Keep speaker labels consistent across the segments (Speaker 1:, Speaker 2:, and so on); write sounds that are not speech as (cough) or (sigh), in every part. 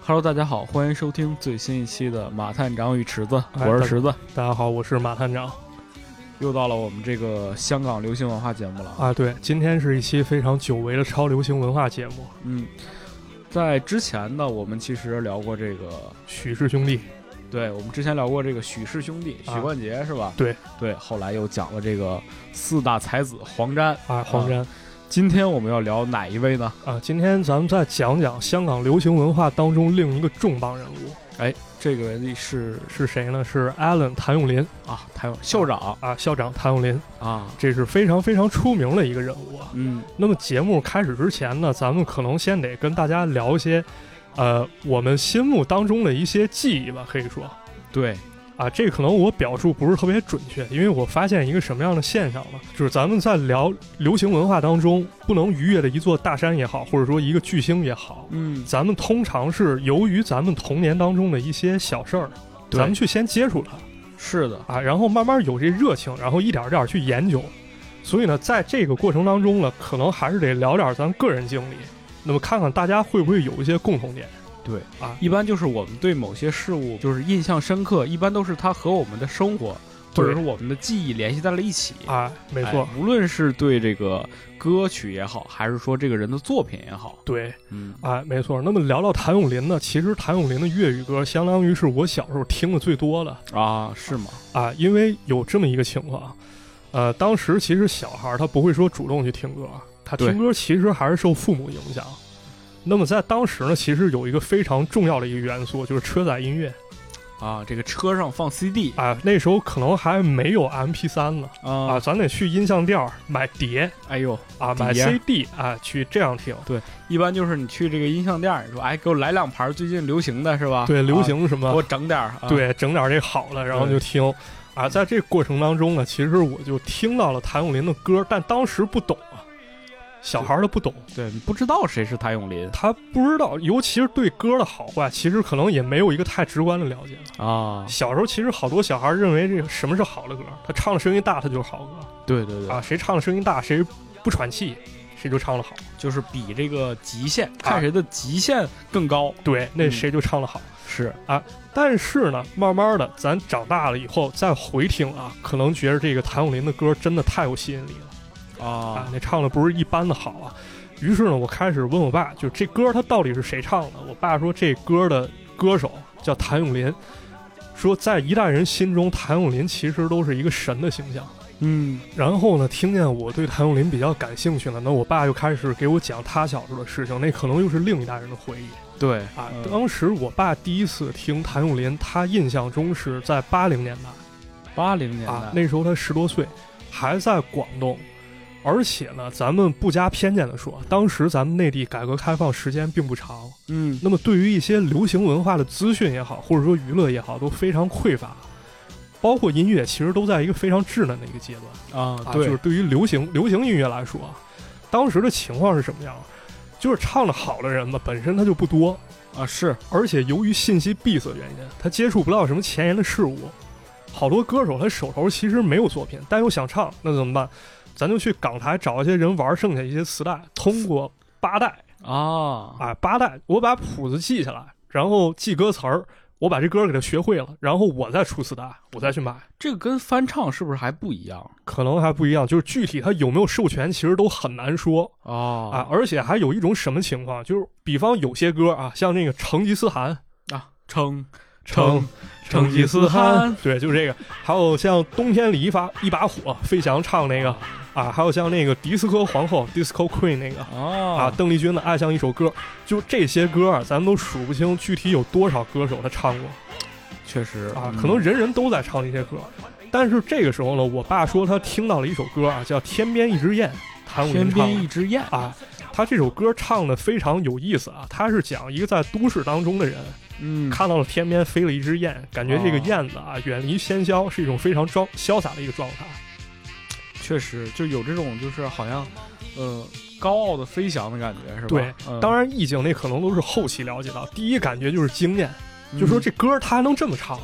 Speaker 1: Hello，大家好，欢迎收听最新一期的《马探长与池子》，
Speaker 2: 哎
Speaker 1: 我是池子，
Speaker 2: 大家好，我是马探长
Speaker 1: 又到了我们这个香港流行文化节目了。
Speaker 2: 啊。对，今天是一期非常久违的超流行文化节目
Speaker 1: 嗯，在之前呢，我们其实聊过这个，
Speaker 2: 《许氏兄弟》。
Speaker 1: 对我们之前聊过这个许氏兄弟，
Speaker 2: 啊
Speaker 1: 许冠杰是吧？
Speaker 2: 对
Speaker 1: 对，后来又讲了这个四大才子黄沾。
Speaker 2: 啊，黄沾
Speaker 1: 今天我们要聊哪一位呢？
Speaker 2: 啊，今天咱们再讲讲香港流行文化当中另一个重磅人物
Speaker 1: 这个人是
Speaker 2: 是谁呢？是 Allen 谭咏麟
Speaker 1: 啊，台湾校长
Speaker 2: 啊，校长谭咏麟，
Speaker 1: 啊，
Speaker 2: 这是非常非常出名的一个人物啊。
Speaker 1: 嗯
Speaker 2: 那么节目开始之前呢，咱们可能先得跟大家聊一些，呃，我们心目当中的一些记忆吧，可以说。
Speaker 1: 对，
Speaker 2: 啊，这可能我表述不是特别准确，因为我发现一个什么样的现象呢？就是咱们在聊流行文化当中，不能逾越的一座大山也好，或者说一个巨星也好，
Speaker 1: 嗯，
Speaker 2: 咱们通常是由于咱们童年当中的一些小事儿，
Speaker 1: 对
Speaker 2: 咱们去先接触它
Speaker 1: 是的，
Speaker 2: 啊，然后慢慢有这热情，然后一点儿一点儿去研究。所以呢，在这个过程当中呢，可能还是得聊点儿咱个人经历，那么看看大家会不会有一些共同点。
Speaker 1: 对
Speaker 2: 啊
Speaker 1: 一般就是我们对某些事物就是印象深刻，一般都是它和我们的生活或
Speaker 2: 对
Speaker 1: 者是我们的记忆联系在了一起。
Speaker 2: 啊，没错，
Speaker 1: 哎无论是对这个歌曲也好，还是说这个人的作品也好，
Speaker 2: 对。
Speaker 1: 嗯，
Speaker 2: 哎，没错。那么聊到谭咏麟呢，其实谭咏麟的粤语歌相当于是我小时候听的最多的
Speaker 1: 啊，是吗？
Speaker 2: 啊，因为有这么一个情况，呃，当时其实小孩儿他不会说主动去听歌，他
Speaker 1: 对
Speaker 2: 听歌其实还是受父母影响。那么在当时呢，其实有一个非常重要的一个元素，就是车载音乐
Speaker 1: 啊，这个车上放 CD
Speaker 2: 啊。那时候可能还没有 MP 3呢啊，
Speaker 1: 啊，
Speaker 2: 咱得去音像店儿买碟
Speaker 1: 哎呦，
Speaker 2: 啊，买
Speaker 1: 碟
Speaker 2: CD 啊，去这样听。
Speaker 1: 一般就是你去这个音像店儿，你说哎，给我来两盘最近流行的是吧？
Speaker 2: 对，流
Speaker 1: 啊，
Speaker 2: 行什么
Speaker 1: 给我整点儿。啊，
Speaker 2: 对，整点儿这好的，然后就听。啊，在这个过程当中呢，其实我就听到了谭咏麟的歌，但当时不懂啊，小孩儿他不懂，
Speaker 1: 对，你不知道谁是谭咏麟
Speaker 2: 他不知道，尤其是对歌的好坏，其实可能也没有一个太直观的了解。
Speaker 1: 啊，
Speaker 2: 小时候其实好多小孩认为这个什么是好的歌，他唱的声音大，他就是好歌
Speaker 1: 对对对，
Speaker 2: 啊，谁唱的声音大，谁不喘气，谁就唱的好。
Speaker 1: 就是比这个极限，
Speaker 2: 啊
Speaker 1: 看谁的极限更高。
Speaker 2: 对，那
Speaker 1: 嗯
Speaker 2: 谁就唱的好。
Speaker 1: 是，
Speaker 2: 但是呢，慢慢的，咱长大了以后再回听啊，可能觉得这个谭咏麟的歌真的太有吸引力了。啊
Speaker 1: 啊，，
Speaker 2: 那唱的不是一般的好啊。于是呢，我开始问我爸，就这歌它到底是谁唱的？我爸说这歌的歌手叫谭咏麟，说在一代人心中，谭咏麟其实都是一个神的形象。
Speaker 1: 嗯，
Speaker 2: 然后呢，听见我对谭咏麟比较感兴趣了，那我爸又开始给我讲他小时候的事情，那可能又是另一代人的回忆
Speaker 1: 对
Speaker 2: 啊。
Speaker 1: 嗯
Speaker 2: 当时我爸第一次听谭咏麟，他印象中是在八零年代。
Speaker 1: 八零年
Speaker 2: 啊，
Speaker 1: 代，
Speaker 2: 那时候他十多岁，还在广东，而且呢，咱们不加偏见的说，当时咱们内地改革开放时间并不长，
Speaker 1: 嗯，
Speaker 2: 那么对于一些流行文化的资讯也好，或者说娱乐也好，都非常匮乏。包括音乐，其实都在一个非常稚嫩的一个阶段
Speaker 1: 啊，
Speaker 2: 啊，就
Speaker 1: 对
Speaker 2: 是，对于流行流行音乐来说，啊当时的情况是什么样？就是唱的好的人嘛，本身他就不多，
Speaker 1: 啊，是，
Speaker 2: 而且由于信息闭塞原因，他接触不到什么前沿的事物，好多歌手他手头其实没有作品，但又想唱，那怎么办？咱就去港台找一些人玩剩下一些磁带，通过八代
Speaker 1: 啊，
Speaker 2: 啊八代，我把谱子记下来，然后记歌词儿，我把这歌给他学会了，然后我再出磁带，我再去买，
Speaker 1: 这个跟翻唱是不是还不一样？
Speaker 2: 可能还不一样，就是具体他有没有授权，其实都很难说
Speaker 1: 哦
Speaker 2: 啊。而且还有一种什么情况，就是比方有些歌啊，像那个成吉思汗。
Speaker 1: 啊，成
Speaker 2: 成成吉
Speaker 1: 成吉思
Speaker 2: 思汗
Speaker 1: 汗，
Speaker 2: 对，就是这个。还有像冬天里一发一把火，费翔唱那个啊，还有像那个迪斯科皇后 （Disco Queen） 那个啊，
Speaker 1: 啊，
Speaker 2: 邓丽君的《爱像一首歌》，就这些歌啊，咱们都数不清具体有多少歌手他唱过
Speaker 1: 确实
Speaker 2: 啊，
Speaker 1: 嗯
Speaker 2: 可能人人都在唱这些歌。但是这个时候呢，我爸说他听到了一首歌啊，叫《天边一只雁》，谭咏
Speaker 1: 天
Speaker 2: 麟唱
Speaker 1: 边
Speaker 2: 的
Speaker 1: 一只雁
Speaker 2: 啊。他这首歌唱的非常有意思啊，他是讲一个在都市当中的人，
Speaker 1: 嗯，
Speaker 2: 看到了天边飞了一只雁，感觉这个
Speaker 1: 哦
Speaker 2: 燕子啊，远离喧嚣，是一种非常装潇洒的一个状态。
Speaker 1: 确实就有这种就是好像，呃，高傲的飞翔的感觉是吧？
Speaker 2: 对
Speaker 1: 嗯，
Speaker 2: 当然，意境那可能都是后期了解到，第一感觉就是惊艳，
Speaker 1: 嗯
Speaker 2: 就说这歌它还能这么唱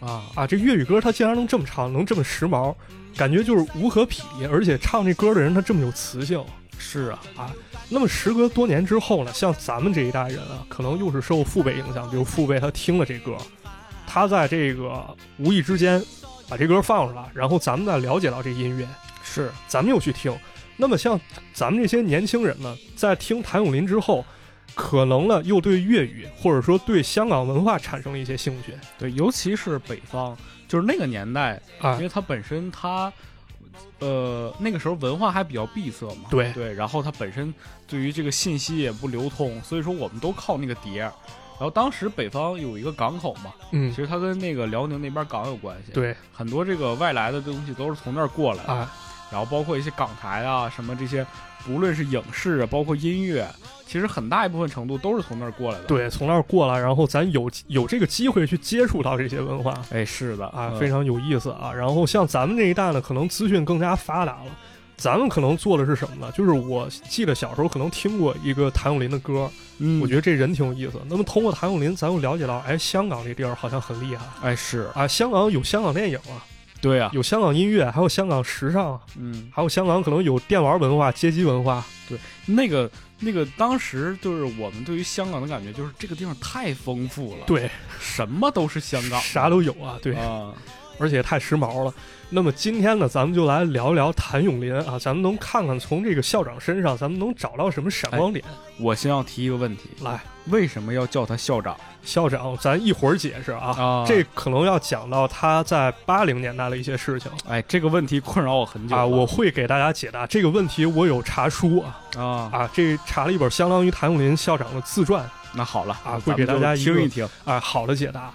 Speaker 1: 啊，
Speaker 2: 啊，这粤语歌它竟然能这么唱，能这么时髦，感觉就是无可匹，而且唱这歌的人他这么有磁性
Speaker 1: 是啊，
Speaker 2: 啊。那么时隔多年之后呢，像咱们这一代人啊，可能又是受父辈影响，比如父辈他听了这歌，他在这个无意之间把这歌放出来，然后咱们再了解到这音乐，
Speaker 1: 是
Speaker 2: 咱们又去听。那么像咱们这些年轻人呢，在听谭咏麟之后，可能呢又对粤语或者说对香港文化产生了一些兴趣
Speaker 1: 对，尤其是北方，就是那个年代，
Speaker 2: 啊
Speaker 1: 因。为它本身它，呃，那个时候文化还比较闭塞嘛，
Speaker 2: 对
Speaker 1: 对，然后它本身对于这个信息也不流通，所以说我们都靠那个碟儿。然后当时北方有一个港口嘛，
Speaker 2: 嗯
Speaker 1: 其，实它跟那个辽宁那边港有关系，，
Speaker 2: 对
Speaker 1: 很多这个外来的东西都是从那儿过来的，
Speaker 2: 啊，
Speaker 1: 然后包括一些港台啊什么这些，无论是影视啊，包括音乐，其实很大一部分程度都是从那儿过来的。，
Speaker 2: 对，从那儿过来，然后咱有有这个机会去接触到这些文化，
Speaker 1: 哎，是的
Speaker 2: 啊，
Speaker 1: 嗯
Speaker 2: 非常有意思啊。然后像咱们这一代呢，可能资讯更加发达了。咱们可能做的是什么呢？就是我记得小时候可能听过一个谭咏麟的歌，
Speaker 1: 嗯，
Speaker 2: 我觉得这人挺有意思。那么通过谭咏麟，咱又了解到，哎，香港这地儿好像很厉害
Speaker 1: 得哎是
Speaker 2: 啊，香港有香港电影啊，
Speaker 1: 对啊，
Speaker 2: 有香港音乐，还有香港时尚啊，
Speaker 1: 嗯，
Speaker 2: 还有香港可能有电玩文化、街机文化。
Speaker 1: 那个那个当时就是我们对于香港的感觉，就是这个地方太丰富了，，
Speaker 2: 对，
Speaker 1: 什么都是香港，
Speaker 2: 啥都有啊，对，
Speaker 1: 啊，
Speaker 2: 而且太时髦了。那么今天呢，咱们就来聊一聊谭咏麟啊，咱们能看看从这个校长身上，咱们能找到什么闪光点、
Speaker 1: (laughs) 我先要提一个问题，
Speaker 2: 来。
Speaker 1: 为什么要叫他校长
Speaker 2: 校长，咱一会儿解释啊。
Speaker 1: 啊
Speaker 2: 这可能要讲到他在八零年代的一些事情
Speaker 1: 哎，这个问题困扰我很久
Speaker 2: 啊，
Speaker 1: 了
Speaker 2: 我会给大家解答这个问题。我有查书啊
Speaker 1: 啊，
Speaker 2: 啊，这查了一本相当于谭咏麟校长的自传
Speaker 1: 那好了
Speaker 2: 啊
Speaker 1: 咱
Speaker 2: 会给
Speaker 1: 们
Speaker 2: 大
Speaker 1: 就
Speaker 2: 家一个
Speaker 1: 听一听，
Speaker 2: 啊，好的解答。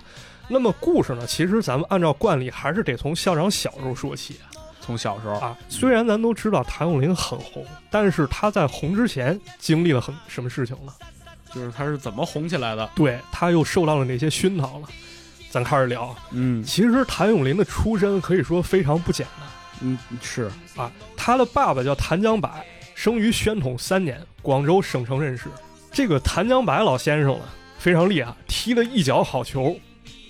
Speaker 2: 那么故事呢，其实咱们按照惯例还是得从校长小时候说起
Speaker 1: 从小时候
Speaker 2: 啊。虽然咱都知道谭咏麟很红，但是他在红之前经历了很什么事情呢？
Speaker 1: 就是他是怎么红起来的，
Speaker 2: 对，他又受到了哪些熏陶了？咱开始聊。啊
Speaker 1: 嗯
Speaker 2: 其实谭咏麟的出身可以说非常不简单。
Speaker 1: 嗯是
Speaker 2: 啊，他的爸爸叫谭江柏，生于宣统三年，广州省城人士。这个谭江柏老先生呢，啊非常厉害，踢了一脚好球，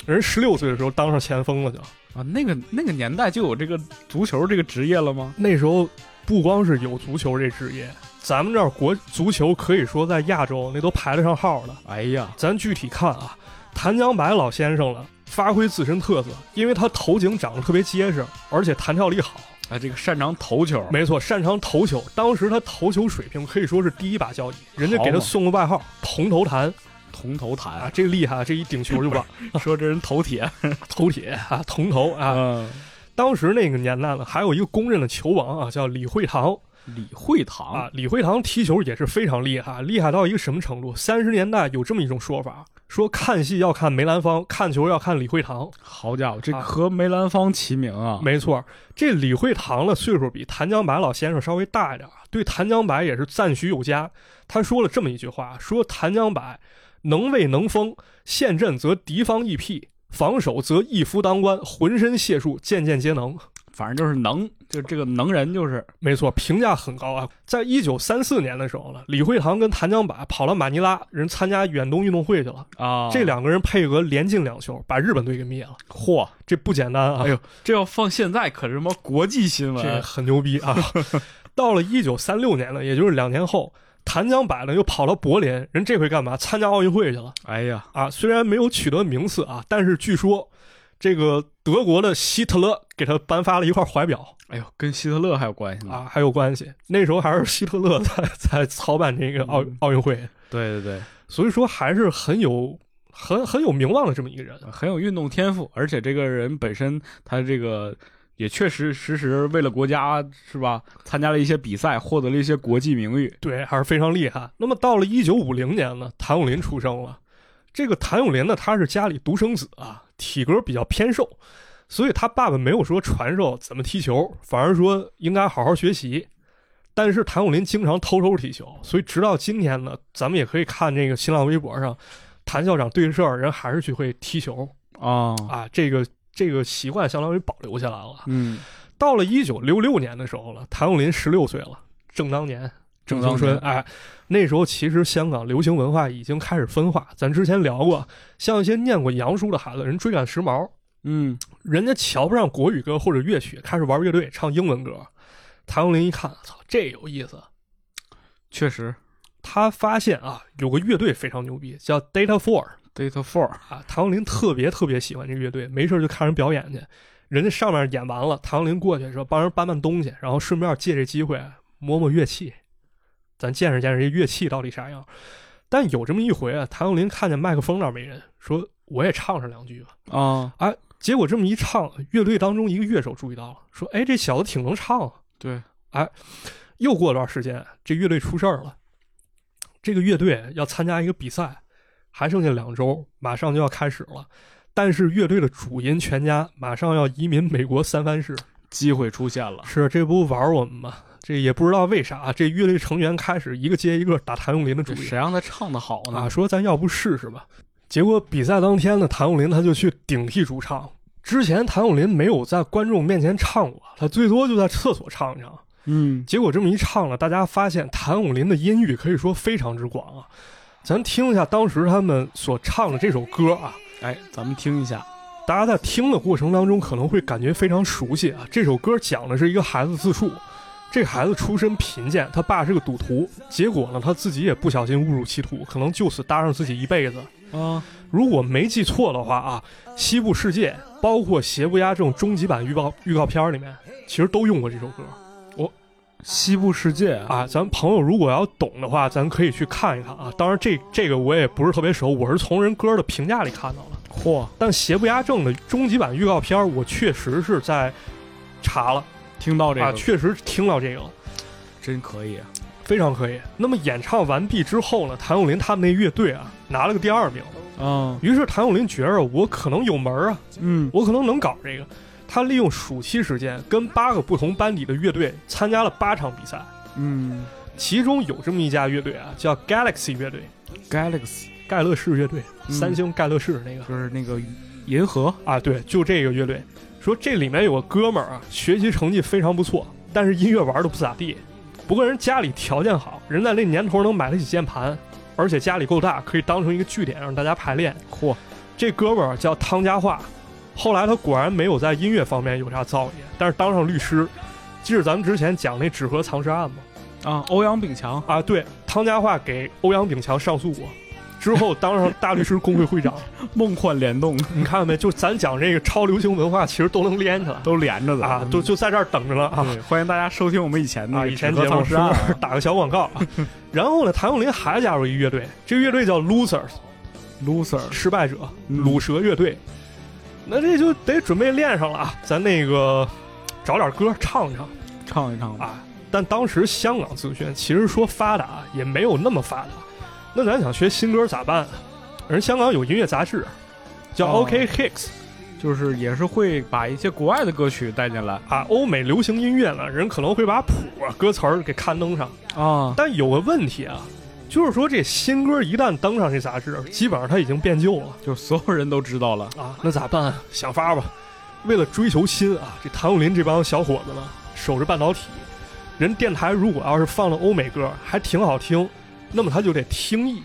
Speaker 2: 人十六岁的时候当上前锋了就。
Speaker 1: 啊，那个那个年代就有这个足球这个职业了吗？
Speaker 2: 那时候不光是有足球这职业，咱们这儿国足球可以说在亚洲那都排得上号了。
Speaker 1: 哎呀，
Speaker 2: 咱具体看啊，谭江柏老先生了，发挥自身特色，因为他头颈长得特别结实，而且弹跳力好。
Speaker 1: 啊，这个擅长投球，
Speaker 2: 没错，擅长投球。当时他投球水平可以说是第一把交椅，人家给
Speaker 1: 好
Speaker 2: 他
Speaker 1: 嘛
Speaker 2: 送个外号“铜头谭
Speaker 1: 铜头”
Speaker 2: 啊
Speaker 1: 坛，，
Speaker 2: 这厉害啊！这一顶球就把
Speaker 1: (laughs) 说这人头铁，
Speaker 2: (laughs) 头铁啊，铜头啊。
Speaker 1: 嗯，
Speaker 2: 当时那个年代呢，还有一个公认的球王啊，叫李惠堂
Speaker 1: 李惠堂
Speaker 2: 啊。李惠堂踢球也是非常厉害，厉害到一个什么程度？三十年代有这么一种说法，说看戏要看梅兰芳，看球要看李惠堂。
Speaker 1: 好家伙，这
Speaker 2: 啊
Speaker 1: 和梅兰芳齐名啊！
Speaker 2: 没错，这李惠堂的岁数比谭江白老先生稍微大一点，啊对谭江白也是赞许有加。他说了这么一句话：说谭江白能卫能锋，陷阵则敌方易辟，防守则一夫当关，浑身解数，件件皆能。
Speaker 1: 反正就是能，就这个能人就是
Speaker 2: 没错，评价很高啊。在一九三四年的时候呢，李惠堂跟谭江柏跑到马尼拉，人参加远东运动会去了。
Speaker 1: 啊，
Speaker 2: 这两个人配合连进两球，把日本队给灭了，
Speaker 1: 嚯，
Speaker 2: 这不简单啊！
Speaker 1: 哎呦这要放现在可是什么国际新
Speaker 2: 这个
Speaker 1: 闻
Speaker 2: 很牛逼 (laughs) 啊！到了一九三六年了，也就是两年后，谭江柏呢又跑到柏林，人这回干嘛？参加奥运会去了
Speaker 1: 哎呀，
Speaker 2: 啊！虽然没有取得名次啊，但是据说这个德国的希特勒给他颁发了一块怀表
Speaker 1: 哎呦，跟希特勒还有关系呢！
Speaker 2: 啊，还有关系。那时候还是希特勒在在操办这个奥
Speaker 1: 嗯
Speaker 2: 奥运会，
Speaker 1: 对对
Speaker 2: 所以说还是很有很很有名望的这么一个人。啊
Speaker 1: 对，很有运动天赋，而且这个人本身他这个也确实实时为了国家是吧，参加了一些比赛，获得了一些国际名誉。
Speaker 2: 对，还是非常厉害。那么到了一九五零年呢，谭咏麟出生了。这个谭咏麟呢，他是家里独生子啊，体格比较偏瘦，所以他爸爸没有说传授怎么踢球，反而说应该好好学习。但是谭咏麟经常偷偷踢球，所以直到今天呢，咱们也可以看这个新浪微博上，谭校长对事儿人还是去会踢球
Speaker 1: 啊，
Speaker 2: 啊，这个这个习惯相当于保留下来了。
Speaker 1: 嗯，
Speaker 2: 到了一九六六年的时候了，谭咏麟十六岁了，正当年，
Speaker 1: 正
Speaker 2: 青
Speaker 1: 当
Speaker 2: 春。
Speaker 1: 年
Speaker 2: 哎，那时候其实香港流行文化已经开始分化，咱之前聊过，像一些念过洋书的孩子，人追赶时髦，
Speaker 1: 嗯，
Speaker 2: 人家瞧不上国语歌或者乐曲，开始玩乐队、唱英文歌。谭咏麟一看，操，这有意思，
Speaker 1: 确实
Speaker 2: 他发现啊，有个乐队非常牛逼，叫 Data Four
Speaker 1: ，Data Four
Speaker 2: 啊，谭咏麟特别特别喜欢这乐队，没事就看人表演去。人家上面演完了，谭咏麟过去说帮人搬搬东西，然后顺便借这机会摸摸乐器，咱见识见识这乐器到底啥样。但有这么一回啊，谭咏麟看见麦克风那儿没人，说我也唱上两句吧。
Speaker 1: 啊，
Speaker 2: 结果这么一唱，乐队当中一个乐手注意到了，说：“哎，这小子挺能唱啊。”
Speaker 1: 对，
Speaker 2: 又过段时间，这乐队出事儿了。这个乐队要参加一个比赛，还剩下两周，马上就要开始了。但是乐队的主音全家马上要移民美国三藩市，
Speaker 1: 机会出现了，
Speaker 2: 是这不玩我们吗？这也不知道为啥，这乐队成员开始一个接一个打谭咏麟的主
Speaker 1: 这
Speaker 2: 意
Speaker 1: 谁让他唱的好呢
Speaker 2: 啊，？说咱要不试试吧。结果比赛当天呢，谭咏麟他就去顶替主唱。之前谭咏麟没有在观众面前唱过，他最多就在厕所唱一唱。
Speaker 1: 嗯，
Speaker 2: 结果这么一唱了，大家发现谭咏麟的音域可以说非常之广啊。咱听一下当时他们所唱的这首歌啊，
Speaker 1: 哎，咱们听一下，
Speaker 2: 大家在听的过程当中可能会感觉非常熟悉啊。这首歌讲的是一个孩子自述，这个孩子出身贫贱，他爸是个赌徒，结果呢他自己也不小心误入歧途，可能就此搭上自己一辈子。
Speaker 1: 啊，
Speaker 2: 如果没记错的话啊，《西部世界》包括《邪不压正》终极版预告预告片里面，其实都用过这首歌。
Speaker 1: 西部世界啊，
Speaker 2: 啊，咱朋友如果要懂的话，咱可以去看一看啊。当然这，这个我也不是特别熟，我是从人歌的评价里看到的。
Speaker 1: 嚯，
Speaker 2: 但《邪不压正》的终极版预告片儿，我确实是在查了、
Speaker 1: 听到这
Speaker 2: 啊，
Speaker 1: 个
Speaker 2: 确实听到这个了，
Speaker 1: 真可以啊，
Speaker 2: 非常可以。那么演唱完毕之后呢，谭咏麟他们那乐队啊拿了个第二名。
Speaker 1: 啊，
Speaker 2: 于是谭咏麟觉着我可能有门儿啊，
Speaker 1: 嗯，
Speaker 2: 我可能能搞这个。他利用暑期时间，跟八个不同班底的乐队参加了八场比赛，
Speaker 1: 嗯
Speaker 2: 其中有这么一家乐队啊，叫 Galaxy 乐队。
Speaker 1: ，Galaxy
Speaker 2: 盖乐士乐队，
Speaker 1: 嗯
Speaker 2: 三星盖乐士那个
Speaker 1: 就是那个银河，
Speaker 2: 啊，对，就这个乐队。说这里面有个哥们儿啊，学习成绩非常不错，但是音乐玩的不咋地。不过人家里条件好，人在那年头能买得起键盘，而且家里够大，可以当成一个据点让大家排练。
Speaker 1: 嚯，
Speaker 2: 这哥们儿叫汤家化，后来他果然没有在音乐方面有啥造诣，但是当上律师。记着咱们之前讲那纸盒藏尸案吗？
Speaker 1: 啊，欧阳炳强，
Speaker 2: 啊，对，汤家化给欧阳炳强上诉过，之后当上大律师工会会长。
Speaker 1: 梦幻联动
Speaker 2: 你看到没？就咱讲这个超流行文化，其实都能连起来
Speaker 1: 都连着的
Speaker 2: 啊，都就在这儿等着了啊
Speaker 1: 对，欢迎大家收听我们以前的
Speaker 2: 啊！以前节目是
Speaker 1: 啊，
Speaker 2: 打个小广告
Speaker 1: (laughs)
Speaker 2: 啊。然后呢，谭咏麟还加入一乐队，这乐队叫 Losers，
Speaker 1: ，loser，
Speaker 2: 失败者，
Speaker 1: 嗯
Speaker 2: 卤蛇乐队。那这就得准备练上了啊！咱那个找点歌唱一唱
Speaker 1: 唱一唱吧，
Speaker 2: 啊。但当时香港资讯其实说发达啊也没有那么发达，那咱想学新歌咋办啊？人香港有音乐杂志，叫
Speaker 1: 哦
Speaker 2: OK Hits，、
Speaker 1: 就是也是会把一些国外的歌曲带进来
Speaker 2: 啊，欧美流行音乐呢，人可能会把谱啊、歌词儿给刊登上，
Speaker 1: 啊，
Speaker 2: 但有个问题啊，就是说这新歌一旦登上这杂志，基本上它已经变旧了
Speaker 1: 就所有人都知道了，
Speaker 2: 啊，那咋办、啊？想法吧。为了追求新啊，这谭咏麟这帮小伙子呢，守着半导体，人电台如果要是放了欧美歌还挺好听，那么他就得听译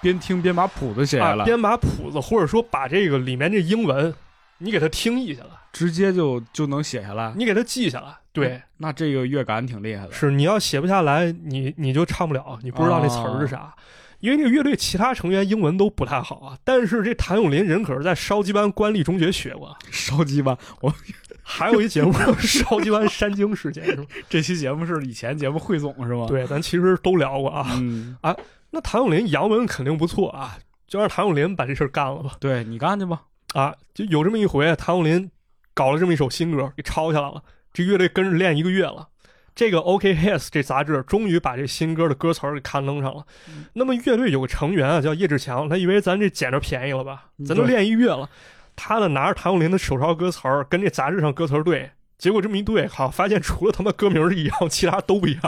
Speaker 1: 边听边把谱子写下
Speaker 2: 啊，
Speaker 1: 来，
Speaker 2: 编把谱子或者说把这个里面这英文，你给他听译下来，
Speaker 1: 直接就就能写下来。哎
Speaker 2: 你给他记下来，对。
Speaker 1: 那这个乐感挺厉害的，
Speaker 2: 是你要写不下来，你你就唱不了，你不知道那词儿是啥。因为这个乐队其他成员英文都不太好啊，但是这谭咏麟人可是在烧鸡班官立中学学过，啊
Speaker 1: 烧鸡吧！我
Speaker 2: 还有一节目叫《烧鸡班山精事件》是吧？
Speaker 1: 这期节目是以前节目汇总是吗？，
Speaker 2: 对，咱其实都聊过啊。
Speaker 1: 啊嗯，
Speaker 2: 那谭咏麟洋文肯定不错啊，就让谭咏麟把这事儿干了吧。
Speaker 1: 对你干去吧。
Speaker 2: 啊，就有这么一回，谭咏麟搞了这么一首新歌，给抄下来了。这乐队跟着练一个月了。这个 OK Hits 这杂志终于把这新歌的歌词儿给刊登上了。
Speaker 1: 嗯
Speaker 2: 那么乐队有个成员啊，叫叶志强，他以为咱这捡着便宜了吧？咱都
Speaker 1: 嗯对
Speaker 2: 练一月了，他呢拿着谭咏麟的手抄歌词儿跟这杂志上歌词儿对，结果这么一对，好发现除了他妈歌名是一样，其他都不一样。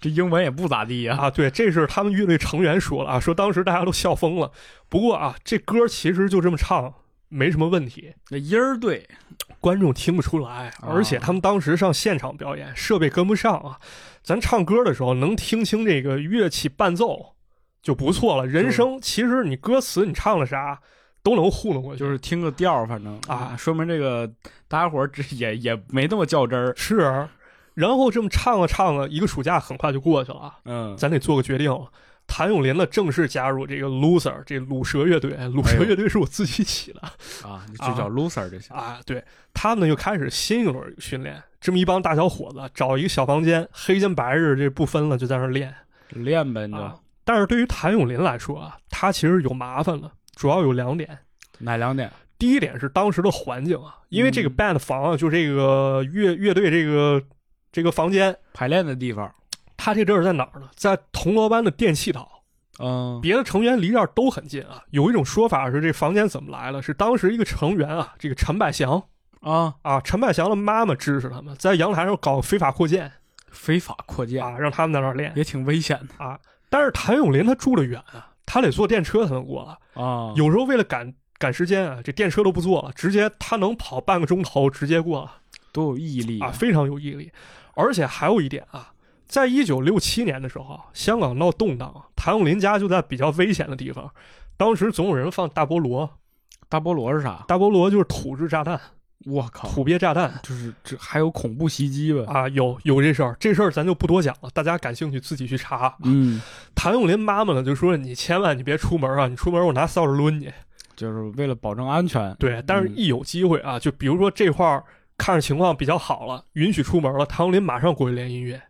Speaker 1: 这英文也不咋地呀、
Speaker 2: 啊，对，这是他们乐队成员说了啊，说当时大家都笑疯了。不过啊，这歌其实就这么唱没什么问题，
Speaker 1: 那音儿对，
Speaker 2: 观众听不出来，而且他们当时上现场表演，设备跟不上啊。咱唱歌的时候能听清这个乐器伴奏就不错了。人声其实你歌词你唱了啥都能糊弄过去，
Speaker 1: 就是听个调儿，反正嗯
Speaker 2: 啊
Speaker 1: 说明这个大家伙儿这也也没那么较真儿。
Speaker 2: 是。啊然后这么唱啊唱啊，一个暑假很快就过去了啊。
Speaker 1: 嗯，
Speaker 2: 咱得做个决定了。谭咏麟呢，正式加入这个 Loser 这鲁蛇乐队，鲁蛇乐队是我自己起的、
Speaker 1: 啊，你就叫 loser 这些，
Speaker 2: 啊。对他们呢，又开始新一轮训练，这么一帮大小伙子找一个小房间，黑天白日这不分了，就在那儿练
Speaker 1: 练呗，你就
Speaker 2: 啊。但是对于谭咏麟来说啊，他其实有麻烦了，主要有两点。
Speaker 1: 哪两点？
Speaker 2: 第一点是当时的环境啊，因为这个
Speaker 1: 嗯
Speaker 2: band 房啊，就这个乐乐队这个这个房间，
Speaker 1: 排练的地方，
Speaker 2: 他这阵儿在哪儿呢？在铜锣湾的电气岛。
Speaker 1: 嗯，
Speaker 2: 别的成员离这儿都很近啊。有一种说法是这房间怎么来了？是当时一个成员啊，这个陈百祥
Speaker 1: 啊，
Speaker 2: 啊，陈百祥的妈妈支持他们在阳台上搞非法扩建
Speaker 1: 非法扩建
Speaker 2: 啊，让他们在那儿练。啊
Speaker 1: 也挺危险的
Speaker 2: 但是谭咏麟他住得远啊，他得坐电车才能过来。
Speaker 1: 啊，
Speaker 2: 有时候为了赶赶时间啊，这电车都不坐了，直接他能跑半个钟头直接过来
Speaker 1: 多有毅力
Speaker 2: 啊，！非常有毅力。而且还有一点啊。在一九六七年的时候啊，香港闹动荡，谭咏麟家就在比较危险的地方。当时总有人放大菠萝，
Speaker 1: 大菠萝是啥？
Speaker 2: 大菠萝就是土制炸弹、
Speaker 1: 我靠，
Speaker 2: 土鳖炸弹
Speaker 1: 就是这还有恐怖袭击呗？
Speaker 2: 啊，有有这事儿，这事儿咱就不多讲了，大家感兴趣自己去查。
Speaker 1: 嗯，
Speaker 2: 谭咏麟妈妈呢就说你千万你别出门啊，你出门我拿扫帚抡你。
Speaker 1: 就是为了保证安全，
Speaker 2: 对，但是
Speaker 1: 嗯
Speaker 2: 一有机会啊，就比如说这块儿看着情况比较好了，允许出门了，谭咏麟马上过去练音乐。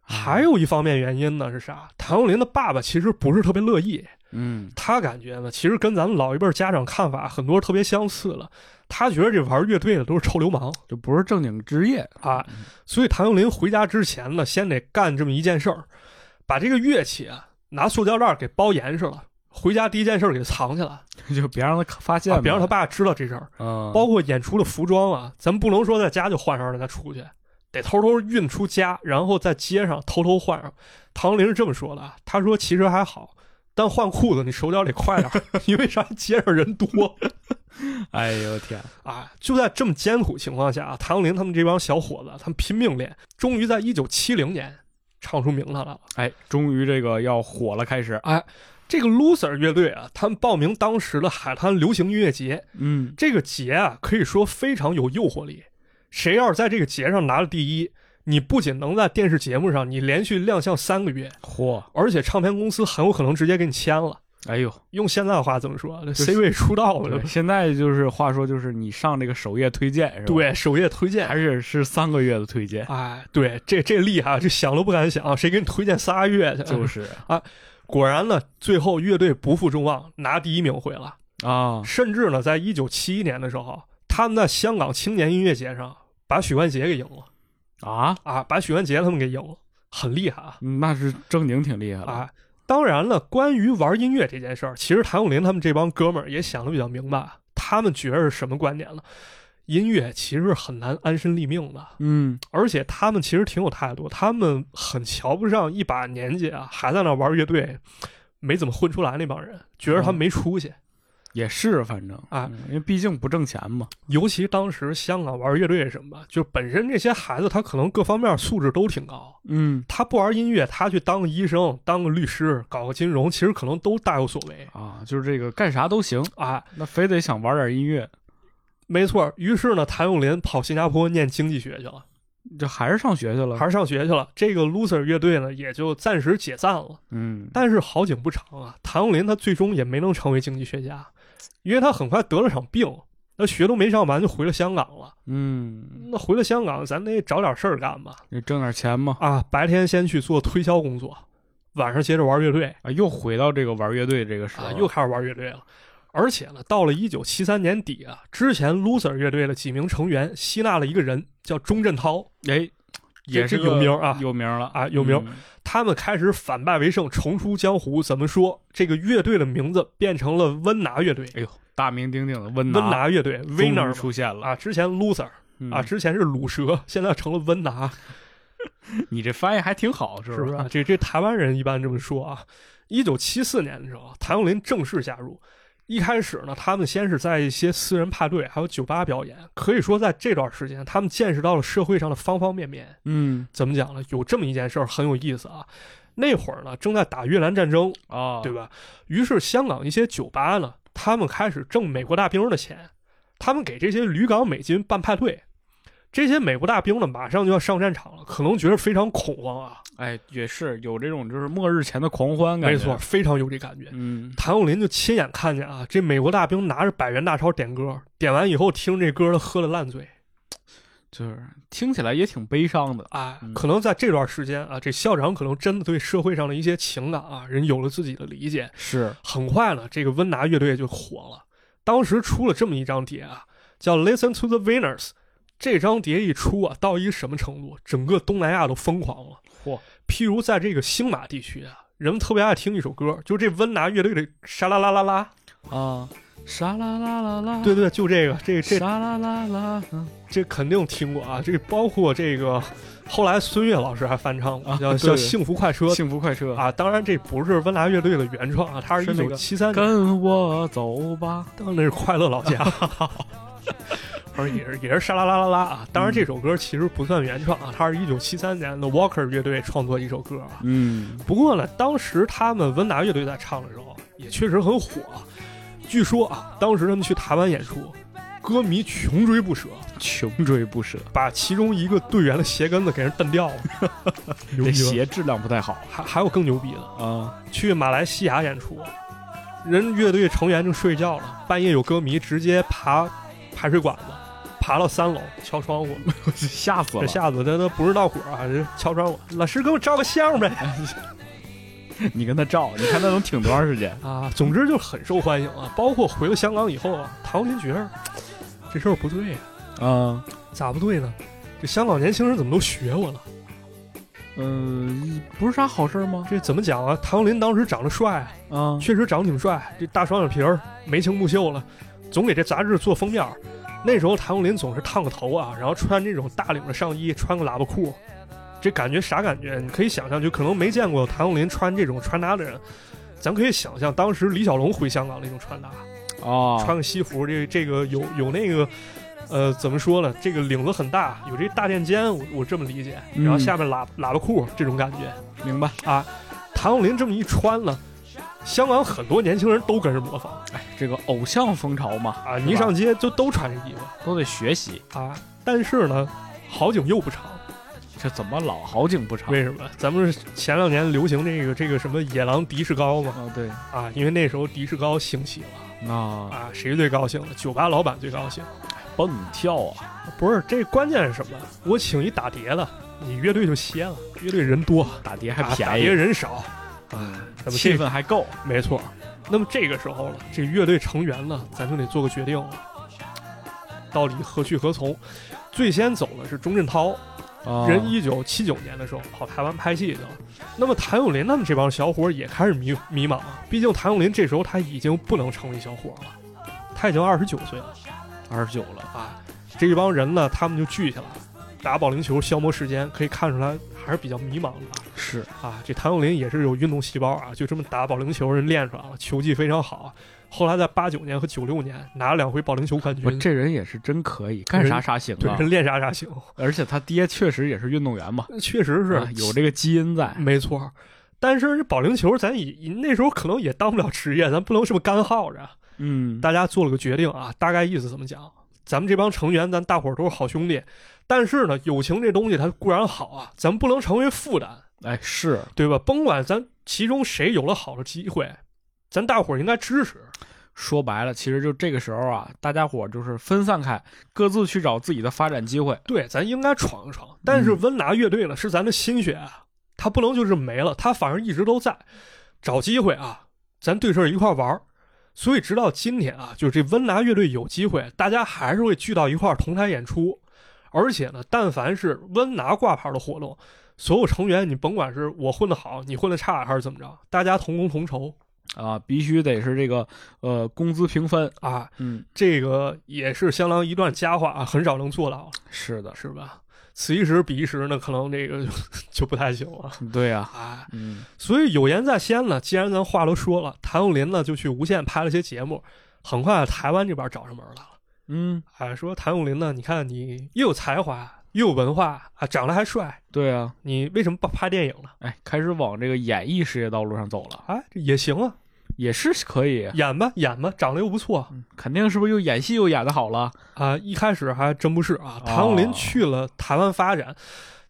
Speaker 2: 还有一方面原因呢是啥？谭咏麟的爸爸其实不是特别乐意，
Speaker 1: 嗯
Speaker 2: 他感觉呢其实跟咱们老一辈儿家长看法很多特别相似了，他觉得这玩乐队的都是臭流氓。
Speaker 1: 就不是正经职业
Speaker 2: 啊，所以谭咏麟回家之前呢，先得干这么一件事儿，把这个乐器啊拿塑胶袋儿给包严实了。回家第一件事儿给藏起来，啊
Speaker 1: 就别让他发现呗，
Speaker 2: 别让他爸知道这事儿。
Speaker 1: 嗯，
Speaker 2: 包括演出的服装啊，咱不能说在家就换上让他出去，得偷偷运出家，然后在街上偷偷换上。唐咏麟是这么说的，啊，他说其实还好，但换裤子你手脚得快点儿，因为啥？街上人多。
Speaker 1: (laughs) 哎呦天，
Speaker 2: 啊，就在这么艰苦情况下啊，谭咏麟他们这帮小伙子，他们拼命练，终于在一九七零年唱出名堂来了。
Speaker 1: 哎，终于这个要火了，开始，
Speaker 2: 这个 Loser 乐队啊，他们报名当时的海滩流行音乐节，
Speaker 1: 嗯，
Speaker 2: 这个节啊，可以说非常有诱惑力。谁要是在这个节上拿了第一，你不仅能在电视节目上你连续亮相三个月，
Speaker 1: 嚯，
Speaker 2: 而且唱片公司很有可能直接给你签了。
Speaker 1: 哎呦，
Speaker 2: 用现在的话怎么说
Speaker 1: 是
Speaker 2: ？C 位出道了
Speaker 1: 对，，现在就是话说就是你上这个首页推荐是吧？，
Speaker 2: 对，首页推荐
Speaker 1: 还是是三个月的推
Speaker 2: (laughs)
Speaker 1: 荐，
Speaker 2: 哎，对，这这厉害，这想都不敢想，谁给你推荐仨月去？ (laughs)
Speaker 1: 就是
Speaker 2: 果然呢，最后乐队不负众望，拿第一名回来。
Speaker 1: 啊，
Speaker 2: 甚至呢，在一九七一年的时候，他们在香港青年音乐节上把许冠杰给赢了
Speaker 1: 啊，嗯
Speaker 2: 啊，把许冠杰他们给赢了，很厉害啊
Speaker 1: 那是正经挺厉害了。
Speaker 2: 啊！当然了，关于玩音乐这件事儿，其实谭咏麟他们这帮哥们儿也想的比较明白，他们觉得是什么观点呢？音乐其实是很难安身立命的，
Speaker 1: 嗯，
Speaker 2: 而且他们其实挺有态度，他们很瞧不上一把年纪啊还在那玩乐队，没怎么混出来那帮人，觉得他们没出息。
Speaker 1: 也是，反正
Speaker 2: 啊
Speaker 1: 嗯因为毕竟不挣钱嘛。
Speaker 2: 尤其当时香港玩乐队什么，就本身这些孩子他可能各方面素质都挺高，
Speaker 1: 嗯
Speaker 2: 他不玩音乐，他去当个医生、当个律师、搞个金融，其实可能都大有所为
Speaker 1: 啊，就是这个干啥都行，
Speaker 2: 啊。
Speaker 1: 那非得想玩点音乐，
Speaker 2: 没错，于是呢，谭咏麟跑新加坡念经济学去了，
Speaker 1: 这还是上学去了。
Speaker 2: 还是上学去了。这个 Loser 乐队呢，也就暂时解散了。
Speaker 1: 嗯，
Speaker 2: 但是好景不长啊，谭咏麟他最终也没能成为经济学家，因为他很快得了场病，那学都没上完就回了香港了。
Speaker 1: 嗯，
Speaker 2: 那回了香港，咱得找点事儿干吧。
Speaker 1: 你挣点钱嘛。
Speaker 2: 啊，白天先去做推销工作，晚上接着玩乐队
Speaker 1: 啊，又回到这个玩乐队这个时候
Speaker 2: 啊
Speaker 1: 了，，
Speaker 2: 又开始玩乐队了。而且呢，到了一九七三年底啊，之前 Loser 乐队的几名成员吸纳了一个人，叫钟镇涛，
Speaker 1: 哎，也是
Speaker 2: 这有
Speaker 1: 个
Speaker 2: 名啊
Speaker 1: 有名了
Speaker 2: 啊有名
Speaker 1: 嗯
Speaker 2: 他们开始反败为胜，重出江湖。怎么说？这个乐队的名字变成了温拿乐队，
Speaker 1: 哎呦，大名鼎鼎的温
Speaker 2: 温
Speaker 1: 拿
Speaker 2: 拿乐队
Speaker 1: 终于
Speaker 2: Winner 嘛
Speaker 1: 出现了
Speaker 2: 啊，之前 Loser 啊，
Speaker 1: 嗯
Speaker 2: 之前是卤蛇，现在成了温拿，
Speaker 1: 你这翻译还挺好，是
Speaker 2: 是不是啊
Speaker 1: 吧？？
Speaker 2: 这这台湾人一般这么说啊。一九七四年的时候，谭咏麟正式加入。一开始呢，他们先是在一些私人派对还有酒吧表演，可以说在这段时间，他们见识到了社会上的方方面面。
Speaker 1: 嗯
Speaker 2: 怎么讲呢？有这么一件事儿很有意思啊。那会儿呢，正在打越南战争，
Speaker 1: 啊，
Speaker 2: 对吧？于是香港一些酒吧呢，他们开始挣美国大兵的钱，他们给这些旅港美军办派对。这些美国大兵呢，马上就要上战场了，可能觉得非常恐慌啊，
Speaker 1: 哎，也是有这种就是末日前的狂欢感觉。
Speaker 2: 没错，，非常有这感觉。
Speaker 1: 嗯，
Speaker 2: 谭咏麟就亲眼看见啊，这美国大兵拿着百元大钞点歌，点完以后听这歌，他喝了烂醉。
Speaker 1: 就是听起来也挺悲伤的。
Speaker 2: 啊
Speaker 1: 嗯，
Speaker 2: 可能在这段时间啊，这校长可能真的对社会上的一些情感啊，人有了自己的理解。
Speaker 1: 是，
Speaker 2: 很快呢，这个温拿乐队就火了。当时出了这么一张碟啊，叫《Listen to the Winners》。这张碟一出啊，到一个什么程度，整个东南亚都疯狂了。
Speaker 1: 嚯！
Speaker 2: 譬如在这个星马地区啊，人们特别爱听一首歌，就这温拿乐队的《沙啦啦啦啦
Speaker 1: 啊，沙啦啦啦啦，》。
Speaker 2: 对，对，就这个，这这
Speaker 1: 沙啦啦啦，嗯
Speaker 2: 这肯定听过啊。这个包括这个后来孙悦老师还翻唱过，
Speaker 1: 啊
Speaker 2: 叫、
Speaker 1: 对
Speaker 2: 叫《
Speaker 1: 对
Speaker 2: 幸福快车》
Speaker 1: 幸福快车，
Speaker 2: 啊，当然这不是温拿乐队的原创啊，它是一
Speaker 1: 是那
Speaker 2: 九
Speaker 1: 个
Speaker 2: 七三年，
Speaker 1: 跟我走吧。
Speaker 2: 当然那是快乐
Speaker 1: (laughs)
Speaker 2: 老家，而也是也是沙啦啦啦啦啊。当然
Speaker 1: 嗯
Speaker 2: 这首歌其实不算原创啊，它是一九七三年的 Walker 乐队创作一首歌啊。
Speaker 1: 嗯，
Speaker 2: 不过呢，当时他们温拿乐队在唱的时候也确实很火，啊据说啊，当时他们去台湾演出，歌迷穷追不舍，
Speaker 1: 穷追不舍，
Speaker 2: 把其中一个队员的鞋跟子给人蹬掉 (laughs) 了，牛
Speaker 1: 这
Speaker 2: 逼吧！
Speaker 1: 鞋质量不太好
Speaker 2: 还还有更牛逼的，
Speaker 1: 啊。
Speaker 2: 去马来西亚演出，人乐队成员正睡觉了，半夜有歌迷直接爬排水管子，爬到三楼敲窗户，
Speaker 1: (laughs) 吓死 (laughs)
Speaker 2: 这
Speaker 1: 了！
Speaker 2: 下子他他不是闹火啊，这敲窗户，老师给我照个相呗
Speaker 1: 你跟他照，你看他能挺多长时间？
Speaker 2: 啊！总之就是很受欢迎啊，包括回了香港以后啊，唐林觉着这事儿不对呀、
Speaker 1: (laughs) 啊，
Speaker 2: 咋不对呢？这香港年轻人怎么都学我了？
Speaker 1: 嗯，不是啥好事吗？
Speaker 2: 这怎么讲啊？唐林当时长得帅啊，
Speaker 1: 啊，
Speaker 2: 确实长得挺帅，这大双眼皮儿，眉清目秀了，总给这杂志做封面儿。那时候谭咏麟总是烫个头啊，然后穿这种大领的上衣，穿个喇叭裤，这感觉啥感觉？你可以想象，就可能没见过谭咏麟穿这种穿搭的人，咱可以想象当时李小龙回香港那种穿搭，
Speaker 1: 啊，
Speaker 2: 穿个西服，这这个有有那个。呃，怎么说呢？这个领子很大，有这大垫肩，我我这么理解，然后
Speaker 1: 嗯
Speaker 2: 下面喇喇叭裤这种感觉，
Speaker 1: 明白。
Speaker 2: 谭咏麟这么一穿呢，香港很多年轻人都跟着模仿
Speaker 1: 哎，这个偶像风潮嘛，
Speaker 2: 啊，
Speaker 1: 是
Speaker 2: 你一
Speaker 1: 吧
Speaker 2: 上街就都穿这衣服
Speaker 1: 都得学习。
Speaker 2: 啊。但是呢，好景又不长，
Speaker 1: 啊这怎么老好景不长？
Speaker 2: 为什么？咱们前两年流行这个这个什么野狼迪士高嘛
Speaker 1: 啊，对，
Speaker 2: 啊，因为那时候迪士高兴起了
Speaker 1: 啊，
Speaker 2: 啊，谁最高兴了？酒吧老板最高兴。
Speaker 1: 蹦跳啊，
Speaker 2: 不是，这关键是什么？我请一打碟的，你乐队就歇了，乐队人多，
Speaker 1: 打碟
Speaker 2: 啊
Speaker 1: 还
Speaker 2: 打
Speaker 1: 便
Speaker 2: 碟
Speaker 1: 宜，
Speaker 2: 人少，
Speaker 1: 嗯
Speaker 2: 咱们
Speaker 1: 气
Speaker 2: 这
Speaker 1: 氛还够。
Speaker 2: 没错。那么这个时候了，这乐队成员呢，咱就得做个决定了，到底何去何从？最先走的是钟镇涛，
Speaker 1: 啊
Speaker 2: 人一九七九年的时候跑台湾拍戏去了。那么谭咏麟他们这帮小伙儿也开始迷迷茫了，毕竟谭咏麟这时候他已经不能成为小伙儿了，他已经二十九岁了
Speaker 1: 二十九了，
Speaker 2: 啊。这一帮人呢，他们就聚去了，打保龄球消磨时间，可以看出来还是比较迷茫的啊。
Speaker 1: 是
Speaker 2: 啊，这谭咏麟也是有运动细胞啊，就这么打保龄球人练出来了，球技非常好。后来在八九年和九六年拿了两回保龄球冠
Speaker 1: 我
Speaker 2: 军，
Speaker 1: 这人也是真可以，干啥啥行
Speaker 2: 对
Speaker 1: 啊，
Speaker 2: 人。练啥啥行，
Speaker 1: 而且他爹确实也是运动员 (laughs) 嘛，
Speaker 2: 确实是、
Speaker 1: 啊有这个基因在。
Speaker 2: 没错。但是这保龄球咱也那时候可能也当不了职业，咱不能这么干耗着。
Speaker 1: 嗯，
Speaker 2: 大家做了个决定啊，大概意思怎么讲？咱们这帮成员，咱大伙儿都是好兄弟，但是呢，友情这东西它固然好啊，咱们不能成为负担。
Speaker 1: 哎，是
Speaker 2: 对吧？甭管咱其中谁有了好的机会，咱大伙儿应该支持。
Speaker 1: 说白了，其实就这个时候啊，大家伙就是分散开，各自去找自己的发展机会。
Speaker 2: 对，咱应该闯一闯。但是温拿乐队呢，是咱的心血啊，他不能就是没了，他反而一直都在，找机会啊，咱对事儿一块儿玩儿。所以直到今天啊，就是这温拿乐队有机会，大家还是会聚到一块儿同台演出。而且呢，但凡是温拿挂牌的活动，所有成员你甭管是我混得好，你混得差还是怎么着，大家同工同酬
Speaker 1: 啊，必须得是这个呃工资平分。
Speaker 2: 啊，
Speaker 1: 嗯，
Speaker 2: 这个也是相当一段佳话啊，很少能做到，
Speaker 1: 是的，
Speaker 2: 是吧？此一时彼一时呢，可能这个就 (laughs) 就不太行了
Speaker 1: (laughs) 对呀、
Speaker 2: 啊。
Speaker 1: 嗯，
Speaker 2: 所以有言在先呢，既然咱话都说了，谭咏麟呢就去无线拍了些节目，很快台湾这边找上门来了，
Speaker 1: 嗯，
Speaker 2: 啊，说谭咏麟呢，你看你又有才华，又有文化啊，长得还帅，
Speaker 1: 对啊，
Speaker 2: 你为什么不拍电影呢？
Speaker 1: 哎，开始往这个演艺事业道路上走了。
Speaker 2: 哎，这也行啊。
Speaker 1: 也是可以，
Speaker 2: 演吧演吧，长得又不错
Speaker 1: 肯定是不是又演戏又演的好了？
Speaker 2: 啊。一开始还真不是啊，
Speaker 1: 哦
Speaker 2: 谭咏麟去了台湾发展，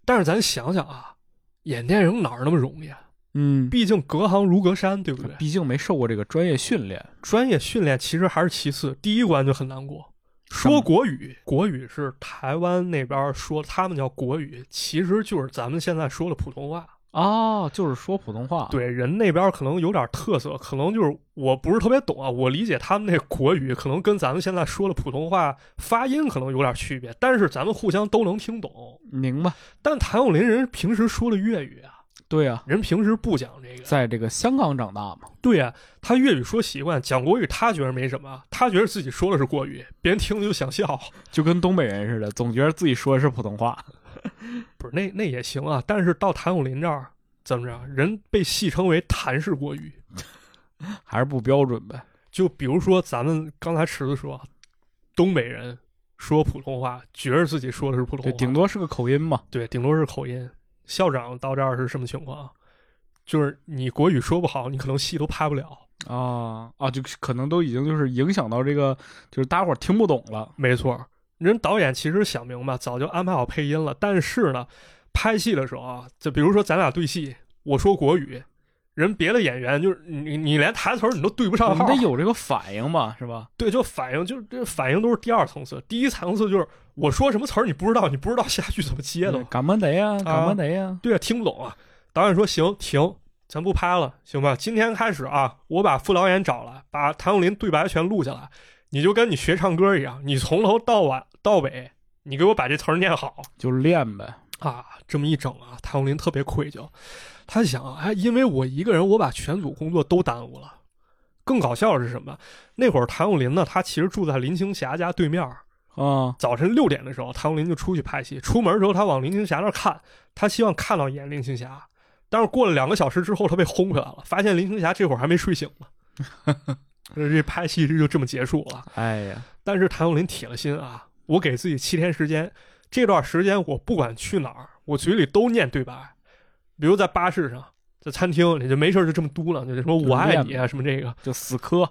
Speaker 2: 但是咱想想啊，演电影哪儿那么容易啊？
Speaker 1: 嗯，
Speaker 2: 毕竟隔行如隔山，对不对？
Speaker 1: 毕竟没受过这个专业训练，
Speaker 2: 专业训练其实还是其次，第一关就很难过。说国语，国语是台湾那边说，他们叫国语，其实就是咱们现在说的普通话。
Speaker 1: 哦，就是说普通话，，
Speaker 2: 对，人那边可能有点特色，可能就是我不是特别懂啊。我理解他们那国语可能跟咱们现在说的普通话发音可能有点区别，但是咱们互相都能听懂。
Speaker 1: 明白？
Speaker 2: 但谭咏麟人平时说的粤语啊，
Speaker 1: 对啊，
Speaker 2: 人平时不讲这个。
Speaker 1: 在这个香港长大嘛，
Speaker 2: 对啊，他粤语说习惯，讲国语他觉得没什么，他觉得自己说的是国语，别人听了就想笑。
Speaker 1: 就跟东北人似的，总觉得自己说的是普通话。 (laughs)
Speaker 2: 不是那那也行啊，但是到谭咏麟这儿怎么着，人被戏称为谭氏国语。
Speaker 1: 还是不标准呗，
Speaker 2: 就比如说咱们刚才池子说，啊东北人说普通话，觉着自己说的是普通
Speaker 1: 对，
Speaker 2: 话，
Speaker 1: 顶多是个口音嘛。
Speaker 2: 对顶多是口音。校长到这儿是什么情况？啊就是你国语说不好，你可能戏都拍不了。
Speaker 1: 啊啊，就可能都已经就是影响到这个，就是大家伙儿听不懂 (laughs) 了。
Speaker 2: 没错，人导演其实想明白，早就安排好配音了，但是呢，拍戏的时候啊，就比如说咱俩对戏，我说国语。人别的演员就是你，你连台词儿你都对不上
Speaker 1: 你
Speaker 2: 号，
Speaker 1: 得有这个反应嘛，是吧？
Speaker 2: 对，就反应就是这反应都是第二层次，第一层次就是我说什么词儿你不知道，你不知道下句怎么接的，
Speaker 1: 干嗯嘛得呀？干嘛得呀？
Speaker 2: 对啊，听不懂啊。导演说行停，咱不拍了，行吧？今天开始啊，我把副导演找来，把谭咏麟对白全录下来，你就跟你学唱歌一样，你从头到晚到尾，你给我把这词儿念好
Speaker 1: 就练呗。
Speaker 2: 啊。这么一整啊，谭咏麟特别愧疚，他想，哎，因为我一个人，我把全组工作都耽误了。更搞笑的是什么？那会儿谭咏麟呢，他其实住在林青霞家对面儿，
Speaker 1: 啊，
Speaker 2: 早晨六点的时候，谭咏麟就出去拍戏。出门的时候，他往林青霞那儿看，他希望看到一眼林青霞。但是过了两个小时之后，他被轰回来了，发现林青霞这会儿还没睡醒呢。这这拍戏这就这么结束了。
Speaker 1: 哎呀，
Speaker 2: 但是谭咏麟铁了心啊，我给自己七天时间，这段时间我不管去哪儿，我嘴里都念对白，比如在巴士上。在餐厅，你就没事儿就这么嘟囔，就什么我爱你啊，什么这个，
Speaker 1: 就死磕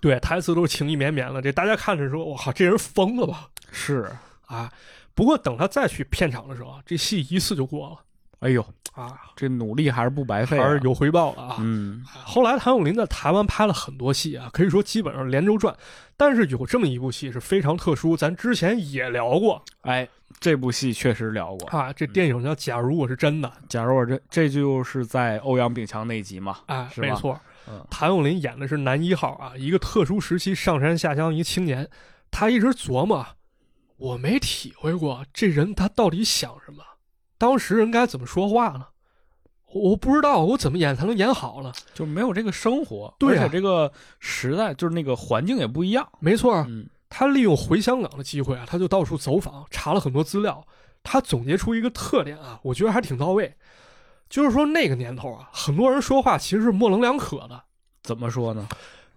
Speaker 2: 对，台词都是情意绵绵的。这大家看着说，我靠，这人疯了吧？
Speaker 1: 是。
Speaker 2: 啊。不过等他再去片场的时候啊，这戏一次就过了
Speaker 1: 哎呦，
Speaker 2: 啊，
Speaker 1: 这努力还是不白费、啊，
Speaker 2: 还是有回报了啊。
Speaker 1: 嗯，
Speaker 2: 后来谭咏麟在台湾拍了很多戏啊，可以说基本上连轴转。但是有这么一部戏是非常特殊，咱之前也聊过
Speaker 1: 哎，这部戏确实聊过。
Speaker 2: 啊，这电影叫《假如我是真的》
Speaker 1: 假如我这这就是在欧阳炳强那一集嘛，
Speaker 2: 啊，
Speaker 1: 是吧
Speaker 2: 没错
Speaker 1: 嗯，
Speaker 2: 谭咏麟演的是男一号啊，一个特殊时期上山下乡一青年，他一直琢磨，我没体会过这人他到底想什么，当时人该怎么说话呢？我我不知道我怎么演才能演好呢。
Speaker 1: 就没有这个生活，
Speaker 2: 对啊
Speaker 1: 而且这个时代就是那个环境也不一样。
Speaker 2: 没错儿，
Speaker 1: 嗯，
Speaker 2: 他利用回香港的机会啊，他就到处走访，查了很多资料，他总结出一个特点啊，我觉得还挺到位，就是说那个年头啊，很多人说话其实是模棱两可的，
Speaker 1: 怎么说呢？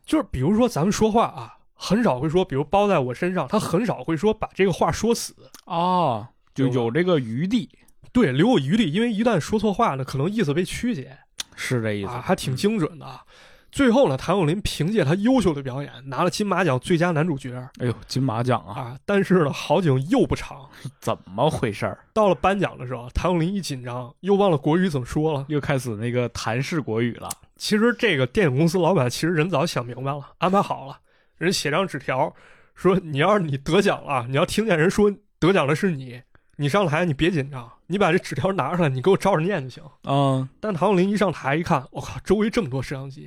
Speaker 2: 就是比如说咱们说话啊，很少会说，比如包在我身上，他很少会说把这个话说死，
Speaker 1: 哦，就有这个余地，
Speaker 2: 对，留有余地，因为一旦说错话呢，可能意思被曲解
Speaker 1: 是这意思。
Speaker 2: 啊，还挺精准的啊。最后呢，谭咏麟凭借他优秀的表演拿了金马奖最佳男主角
Speaker 1: 哎呦，金马奖啊，
Speaker 2: 啊，但是呢，好景又不长，
Speaker 1: 怎么回事儿？
Speaker 2: 到了颁奖的时候，谭咏麟一紧张，又忘了国语怎么说了。
Speaker 1: 又开始那个谈式国语了。
Speaker 2: 其实这个电影公司老板其实人早想明白了，安排好了，人写张纸条说，你要是你得奖了，你要听见人说得奖的是你，你上台你别紧张，你把这纸条拿出来，你给我照着念就行。
Speaker 1: 嗯，
Speaker 2: 但唐咏麟一上台一看，我靠，周围这么多摄像机，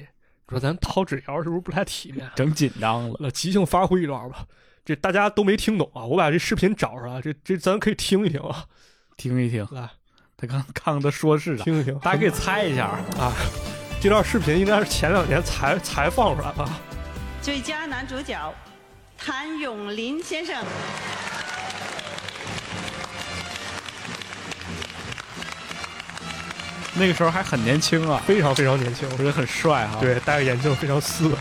Speaker 2: 你说咱掏纸条是不是不太体面？
Speaker 1: 整紧张了。
Speaker 2: 那即兴发挥一段吧，这大家都没听懂啊，我把这视频找出来，这这咱可以听一听啊，
Speaker 1: 听一听，
Speaker 2: 来
Speaker 1: 他刚看看他说是啥，
Speaker 2: 听一听。啊
Speaker 1: 大家可以猜一下。
Speaker 2: 这段视频应该是前两年才才放出来吧？
Speaker 3: 最佳男主角谭咏麟先生。
Speaker 1: 那个时候还很年轻啊，
Speaker 2: 非常非常年轻，
Speaker 1: 我觉得很帅哈、，
Speaker 2: 对，戴个眼镜非常斯文。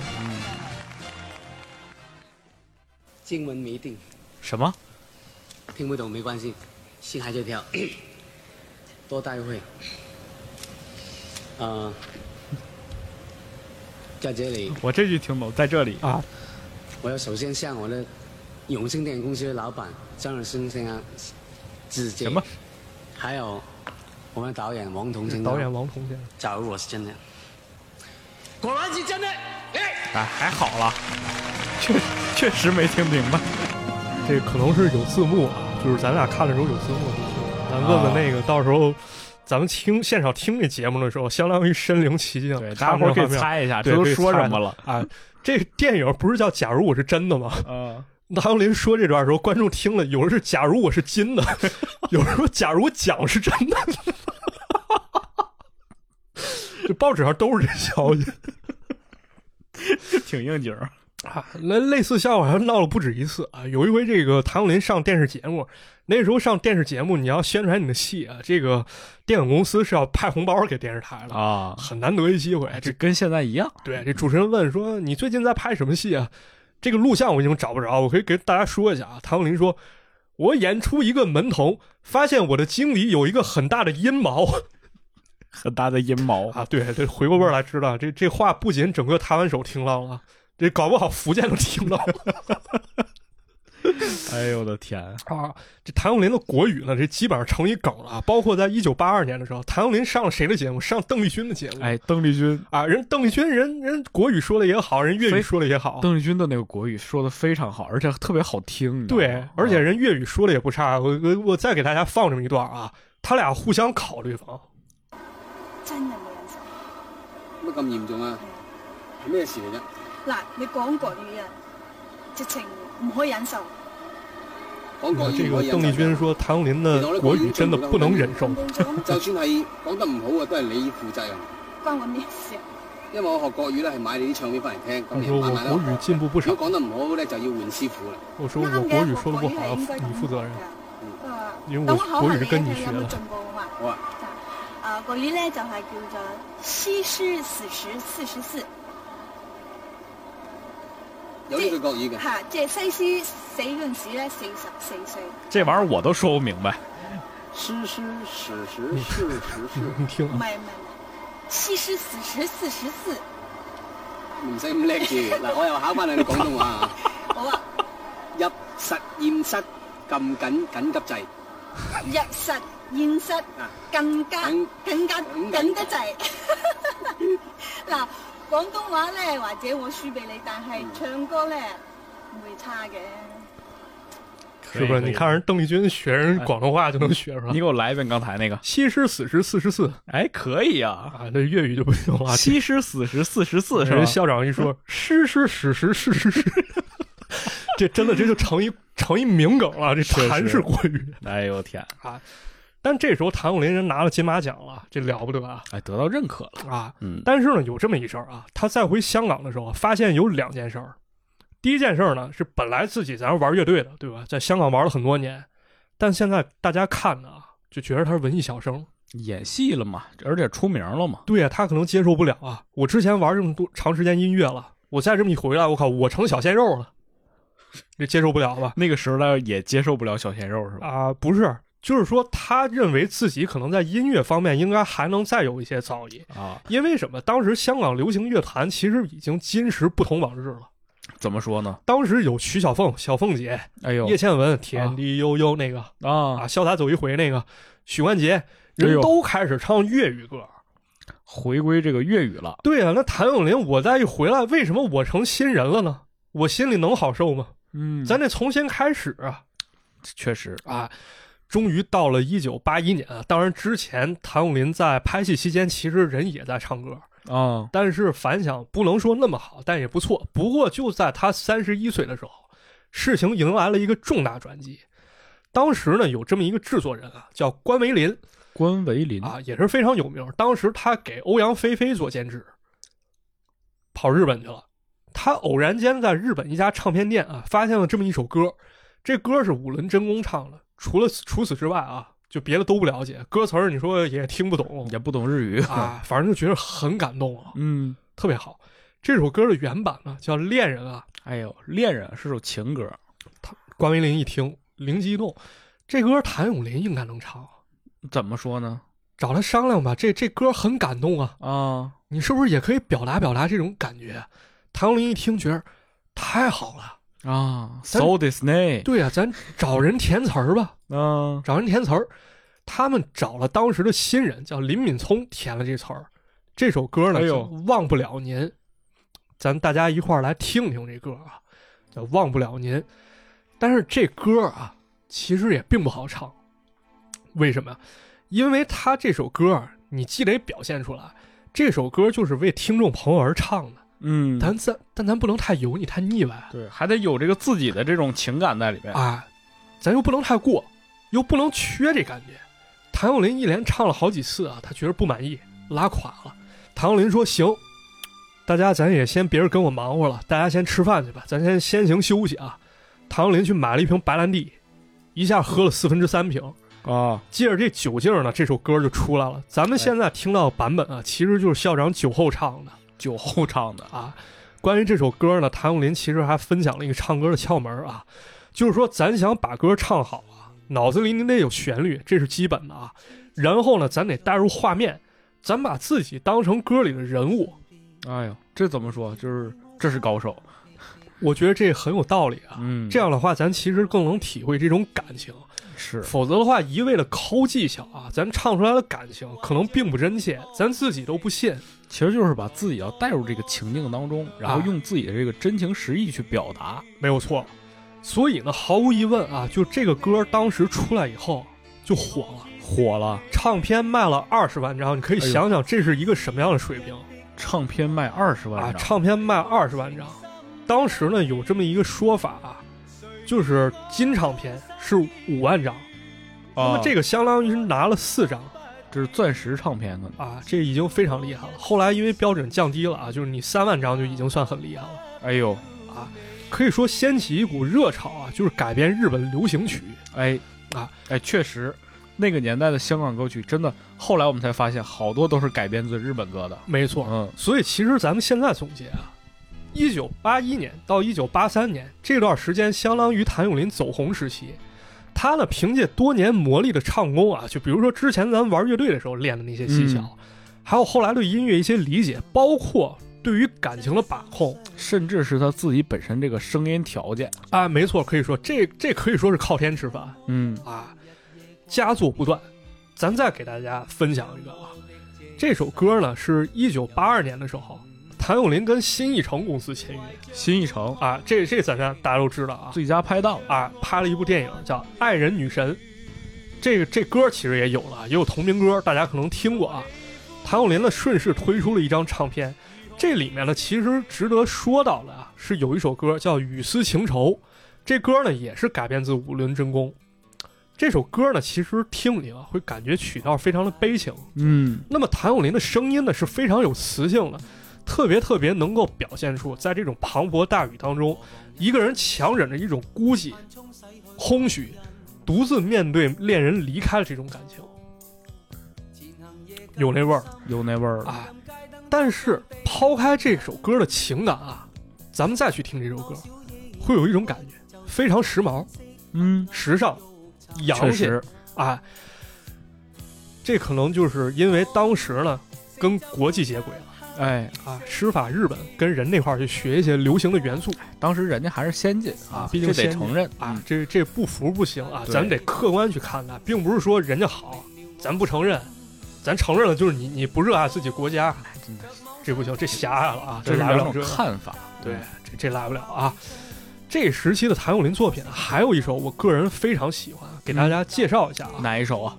Speaker 4: 经文没定，
Speaker 1: 什么？
Speaker 4: 听不懂没关系，心还在跳， (coughs) 多待一会。呃，在这里，
Speaker 1: 我这句听不懂，在这里
Speaker 2: 啊，
Speaker 4: 我要首先向我的永兴电影公司的老板张尔生先生致敬。
Speaker 1: 什么？
Speaker 4: 还有我们导演王彤先生。
Speaker 2: 导演王彤先生。
Speaker 4: 假如我是真的，果然是真的。哎，
Speaker 1: 哎，还好了，确确实没听明白。
Speaker 2: 这可能是有字幕啊，就是咱俩看的时候有字幕，咱问问那个，到时候咱们听现场听这节目的时候，相当于身临其境，
Speaker 1: 对，大家
Speaker 2: 看
Speaker 1: 伙儿
Speaker 2: 着
Speaker 1: 可以
Speaker 2: 画面
Speaker 1: 猜一下，
Speaker 2: 对
Speaker 1: 这都
Speaker 2: 可以
Speaker 1: 说
Speaker 2: 猜
Speaker 1: 什么了？
Speaker 2: 啊。这个电影不是叫《假如我是真的》吗？
Speaker 1: 嗯，
Speaker 2: 唐林说这段的时候，观众听了，有人是“假如我是金的”，有人说“假如我讲是真的”， (laughs) 这报纸上都是这消息。
Speaker 1: 挺应景 (laughs) 儿。
Speaker 2: 啊，那类似笑话还闹了不止一次啊！有一回，这个谭咏麟上电视节目，那时候上电视节目，你要宣传你的戏啊，这个电影公司是要派红包给电视台的，
Speaker 1: 啊，
Speaker 2: 很难得一机会。
Speaker 1: 哎这
Speaker 2: 这
Speaker 1: 跟现在一样。
Speaker 2: 对这主持人问说：“你最近在拍什么戏啊？”这个录像我已经找不着，我可以给大家说一下啊。谭咏麟说：“我演出一个门童，发现我的经理有一个很大的阴谋。”
Speaker 1: 很大的阴谋
Speaker 2: 啊，对，这回过味儿来知道，这这话不仅整个台湾省听到了，啊这搞不好福建都听到了
Speaker 1: 哎呦我的天！
Speaker 2: 啊。这谭咏麟的国语呢，这基本上成一梗了啊。包括在一九八二年的时候，谭咏麟上了谁的节目？上邓丽君的节目。
Speaker 1: 哎，邓丽君，
Speaker 2: 啊，人邓丽君人人国语说的也好，人粤
Speaker 1: 非
Speaker 2: 语说的也好，
Speaker 1: 邓丽君的那个国语说的非常好，而且特别好听。你知道
Speaker 2: 对
Speaker 1: 吗，啊
Speaker 2: 而且人粤语说的也不差。我我我再给大家放这么一段啊，他俩互相考啊对方。
Speaker 5: 真係冇人手。
Speaker 4: 乜咁嚴重啊？係咩事嚟啫？
Speaker 5: 嗱，你講國語啊，直情唔可以忍受，
Speaker 4: 講國
Speaker 2: 呃这
Speaker 4: 語唔
Speaker 2: 个
Speaker 4: 可以
Speaker 2: 邓丽君说谭咏麟的国语真的不能忍受
Speaker 5: 咁。工作咁
Speaker 4: 就算係講得唔好啊，都係你負責任。
Speaker 5: 關我咩事啊？
Speaker 4: 因為我學國語咧係買你啲唱片翻嚟聽，
Speaker 2: 他
Speaker 4: 咁
Speaker 2: 说
Speaker 4: 你
Speaker 2: 我
Speaker 4: 慢慢啦
Speaker 2: 国。语进步不少
Speaker 4: 如，果講得唔好咧，就要換師傅啦。
Speaker 2: 我说我
Speaker 5: 啱
Speaker 2: 国
Speaker 5: 嘅，
Speaker 2: 语
Speaker 5: 學
Speaker 2: 說
Speaker 5: 國
Speaker 2: 得不
Speaker 5: 語係
Speaker 2: 好
Speaker 5: 應該，
Speaker 2: 你
Speaker 5: 咁
Speaker 2: 負責任
Speaker 5: 講。㗎。啊
Speaker 2: 因為
Speaker 5: 等
Speaker 2: 我
Speaker 5: 我考
Speaker 2: 國語
Speaker 5: 下你
Speaker 2: 是
Speaker 5: 睇
Speaker 2: 跟你
Speaker 5: 睇有
Speaker 2: 學
Speaker 5: 冇
Speaker 2: 的
Speaker 5: 進步好嘛？
Speaker 4: 好啊，
Speaker 5: 嗱，啊國語咧就係叫做西施四十四十四，
Speaker 4: 有呢句國語嘅。
Speaker 5: 嚇，即係西施死嗰陣時咧四十四歲。
Speaker 1: 这玩意儿我都说不明白。
Speaker 4: 诗诗史实事实事，
Speaker 2: 你听
Speaker 5: 唔
Speaker 2: 啊，
Speaker 5: 係唔係唔係，西施死時四十四。
Speaker 4: 唔使咁叻住。嗱，我又考翻你廣東話啊。
Speaker 5: 好啊，
Speaker 4: 入實驗室撳緊緊急掣，
Speaker 5: 入實現實
Speaker 4: 啊
Speaker 5: 更加
Speaker 4: 緊
Speaker 5: 更加
Speaker 4: 緊
Speaker 5: 緊得滯。嗱，廣東話咧，或者我輸俾你，但係
Speaker 4: 嗯
Speaker 5: 唱歌咧唔會差嘅。
Speaker 2: 是不是？你看人邓丽君学人广东话就能学出
Speaker 1: 你
Speaker 2: 来。
Speaker 1: 给我来一遍刚才那个。
Speaker 2: 西施死时四十四
Speaker 1: 哎，可以啊。
Speaker 2: 啊，这粤语就不行了。
Speaker 1: 西施死时四十四是吧
Speaker 2: 人？校长一
Speaker 1: (laughs)
Speaker 2: 说，诗诗史实是是是， (laughs) 这真的这就成一成一名梗了。这
Speaker 1: 确实
Speaker 2: 谭氏国语
Speaker 1: 哎呦我天！
Speaker 2: 啊，但这时候谭咏麟人拿了金马奖了，这了不得啊！
Speaker 1: 哎，得到认可了。
Speaker 2: 啊，
Speaker 1: 嗯
Speaker 2: 但是呢，有这么一事儿啊，他再回香港的时候啊，发现有两件事儿。第一件事儿呢，是本来自己咱玩乐队的，对吧？在香港玩了很多年，但现在大家看的啊，就觉得他是文艺小生。
Speaker 1: 演戏了嘛，而且出名了嘛。
Speaker 2: 对呀、他可能接受不了啊。我之前玩这么多长时间音乐了，我再这么一回来，我靠，我成小鲜肉了，这接受不了吧？
Speaker 1: 那个时候他也接受不了小鲜肉是吧？
Speaker 2: 啊，不是，就是说他认为自己可能在音乐方面应该还能再有一些造诣，
Speaker 1: 啊，
Speaker 2: 因为什么？当时香港流行乐坛其实已经今时不同往日了。
Speaker 1: 怎么说呢？
Speaker 2: 当时有徐小凤、小凤姐、
Speaker 1: 哎呦
Speaker 2: 叶倩文、天地悠悠那个
Speaker 1: 啊
Speaker 2: 啊，，潇洒走一回那个许冠杰，
Speaker 1: 哎呦
Speaker 2: 人都开始唱粤语歌。
Speaker 1: 回归这个粤语了。
Speaker 2: 对啊，那谭咏麟，我再一回来，为什么我成新人了呢？我心里能好受吗？
Speaker 1: 嗯
Speaker 2: 咱得从新开始啊！
Speaker 1: 确实
Speaker 2: 啊，终于到了一九八一年啊，当然之前谭咏麟在拍戏期间，其实人也在唱歌，
Speaker 1: 啊，
Speaker 2: 但是反响不能说那么好，但也不错。不过就在他三十一岁的时候，事情迎来了一个重大转机。当时呢，有这么一个制作人啊，叫关维林
Speaker 1: 关维林
Speaker 2: 啊，也是非常有名。当时他给欧阳菲菲做监制，跑日本去了。他偶然间在日本一家唱片店啊，发现了这么一首歌，这歌是五轮真弓唱的。除了除此之外啊，就别的都不了解，歌词儿你说也听不懂
Speaker 1: 也不懂日语。
Speaker 2: 啊，反正就觉得很感动啊。
Speaker 1: 嗯，
Speaker 2: 特别好。这首歌的原版呢叫《恋人》啊，
Speaker 1: 哎呦，恋人是首情歌。
Speaker 2: 关维林一听灵机一动，这歌谭咏麟应该能唱啊。
Speaker 1: 怎么说呢？
Speaker 2: 找他商量吧，这这歌很感动啊，
Speaker 1: 啊，
Speaker 2: 你是不是也可以表达表达这种感觉？谭咏麟一听，觉得太好了，
Speaker 1: 啊，So Disney，
Speaker 2: 对呀、啊咱找人填词儿吧，
Speaker 1: 嗯
Speaker 2: 找人填词儿。他们找了当时的新人，叫林敏聪，填了这词儿。这首歌呢，
Speaker 1: 哎呦
Speaker 2: 叫《忘不了您》，咱大家一块儿来听听这歌啊，叫《忘不了您》。但是这歌啊，其实也并不好唱，为什么？因为他这首歌啊，你既得表现出来，这首歌就是为听众朋友而唱的。
Speaker 1: 嗯，
Speaker 2: 咱咱但咱不能太油腻、太腻歪啊
Speaker 1: 对，还得有这个自己的这种情感在里边，
Speaker 2: 啊，咱又不能太过，又不能缺这感觉。谭咏麟一连唱了好几次啊，他觉得不满意，拉垮了。谭咏麟说：“行，大家咱也先别人跟我忙活了，大家先吃饭去吧，咱先先行休息啊。”谭咏麟去买了一瓶白兰地，一下喝了四分之三瓶。
Speaker 1: 啊，
Speaker 2: 借着这酒劲儿呢，这首歌就出来了。咱们现在听到版本啊，其实就是校长酒后唱的。
Speaker 1: 酒后唱的，
Speaker 2: 啊。关于这首歌呢，谭咏麟其实还分享了一个唱歌的窍门啊，就是说咱想把歌唱好啊，脑子里你得有旋律，这是基本的啊。然后呢，咱得带入画面，咱把自己当成歌里的人物，
Speaker 1: 哎呦，这怎么说？就是这是高手，
Speaker 2: 我觉得这很有道理啊。
Speaker 1: 嗯，
Speaker 2: 这样的话，咱其实更能体会这种感情。
Speaker 1: 是
Speaker 2: 否则的话，一味的抠技巧啊，咱唱出来的感情可能并不真切，咱自己都不信。
Speaker 1: 其实就是把自己要带入这个情境当中，然后
Speaker 2: 啊
Speaker 1: 用自己的这个真情实意去表达。
Speaker 2: 没有错。所以呢，毫无疑问啊，就这个歌当时出来以后就火了。
Speaker 1: 火了，
Speaker 2: 唱片卖了二十万张，你可以
Speaker 1: 哎呦
Speaker 2: 想想这是一个什么样的水平、
Speaker 1: 唱片卖二十万
Speaker 2: 啊！
Speaker 1: 张，
Speaker 2: 唱片卖二十万张，当时呢有这么一个说法啊，就是金唱片是五万张，那么这
Speaker 1: 个
Speaker 2: 个相当于是拿了四张
Speaker 1: 啊这是钻石唱片，可能。
Speaker 2: 啊，这已经非常厉害了。后来因为标准降低了啊，就是你三万张就已经算很厉害了，
Speaker 1: 哎呦，
Speaker 2: 可以说掀起一股热潮啊，就是改编日本流行曲。
Speaker 1: 哎
Speaker 2: 啊，
Speaker 1: 哎，确实，那个年代的香港歌曲真的，后来我们才发现，好多都是改编自日本歌的。
Speaker 2: 没错，
Speaker 1: 嗯，
Speaker 2: 所以其实咱们现在总结啊，一九八一年到一九八三年这段时间，相当于谭咏麟走红时期。他呢，凭借多年磨砺的唱功啊，就比如说之前咱玩乐队的时候练的那些技巧，还有后来对音乐一些理解，包括对于感情的把控
Speaker 1: 甚至是他自己本身这个声音条件。
Speaker 2: 啊，没错，可以说这这可以说是靠天吃饭
Speaker 1: 嗯，
Speaker 2: 啊，佳作不断。咱再给大家分享一个啊，这首歌呢是一九八二年的时候，谭咏麟跟新艺城公司签约，
Speaker 1: 新一城
Speaker 2: 啊，这这咱们大家都知道啊
Speaker 1: 最佳拍档
Speaker 2: 啊，拍了一部电影叫《爱人女神》，这个这歌其实也有了，也有同名歌，大家可能听过啊。谭咏麟呢顺势推出了一张唱片，这里面呢其实值得说到的啊，是有一首歌叫《雨丝情愁》，这歌呢也是改编自五轮真功。这首歌呢其实听你啊会感觉曲调非常的悲情，
Speaker 1: 嗯，
Speaker 2: 那么谭咏麟的声音呢是非常有磁性的，特别特别能够表现出在这种磅礴大雨当中，一个人强忍着一种孤寂、空虚，独自面对恋人离开的这种感情，有那味儿
Speaker 1: 有那味儿了。
Speaker 2: 啊。但是抛开这首歌的情感啊，咱们再去听这首歌，会有一种感觉，非常时髦、
Speaker 1: 嗯，
Speaker 2: 时尚、洋
Speaker 1: 确
Speaker 2: 气。
Speaker 1: 实，
Speaker 2: 啊，这可能就是因为当时呢跟国际接轨了
Speaker 1: 哎，
Speaker 2: 啊，师法日本跟人那块儿去学一些流行的元素
Speaker 1: 当时人家还是先进
Speaker 2: 啊毕
Speaker 1: 这
Speaker 2: 竟
Speaker 1: 得
Speaker 2: 先进
Speaker 1: 承认嗯
Speaker 2: 啊，这这不服不行啊，
Speaker 1: 对
Speaker 2: 咱们得客观去看待，并不是说人家好，咱不承认，咱承认了就是你你不热爱自己国家，
Speaker 1: 真的
Speaker 2: 这不行，这狭隘了啊，
Speaker 1: 嗯这是
Speaker 2: 来不
Speaker 1: 两
Speaker 2: 了这
Speaker 1: 种
Speaker 2: 个。
Speaker 1: 看法。
Speaker 2: 对，这这来不了啊。这时期的谭咏麟作品还有一首我个人非常喜欢，给大
Speaker 1: 嗯
Speaker 2: 家介绍一下啊。
Speaker 1: 哪一首啊？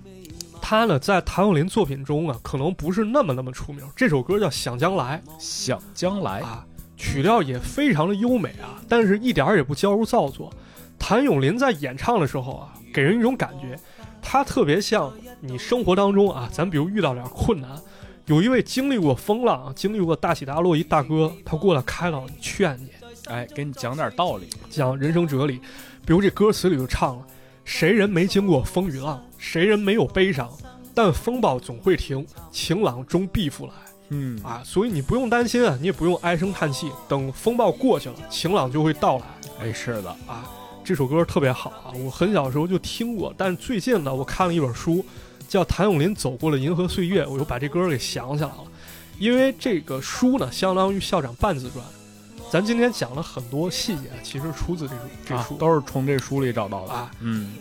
Speaker 2: 他呢，在谭咏麟作品中啊，可能不是那么那么出名。这首歌叫《想将来
Speaker 1: 想将》来，
Speaker 2: 啊，曲调也非常的优美啊，但是一点儿也不矫揉造作。谭咏麟在演唱的时候啊，给人一种感觉，他特别像你生活当中啊，咱比如遇到点儿困难，有一位经历过风浪、经历过大起大落一大哥，他过来开导你、劝你，
Speaker 1: 哎，给你讲点道理。
Speaker 2: 讲人生哲理。比如这歌词里就唱了：“谁人没经过风雨浪？谁人没有悲伤？但风暴总会停，晴朗终必复来。”
Speaker 1: 嗯
Speaker 2: 啊，所以你不用担心啊，你也不用唉声叹气，等风暴过去了，晴朗就会到来。
Speaker 1: 哎，是的，
Speaker 2: 这首歌特别好啊，我很小时候就听过，但是最近呢，我看了一本书，叫《谭咏麟走过了银河岁月》，我又把这歌儿给想起来了。因为这个书呢，相当于校长半自传。咱今天讲了很多细节，其实出自这书这
Speaker 1: 啊
Speaker 2: 书、，
Speaker 1: 都是从这书里找到的。
Speaker 2: 啊，
Speaker 1: 嗯，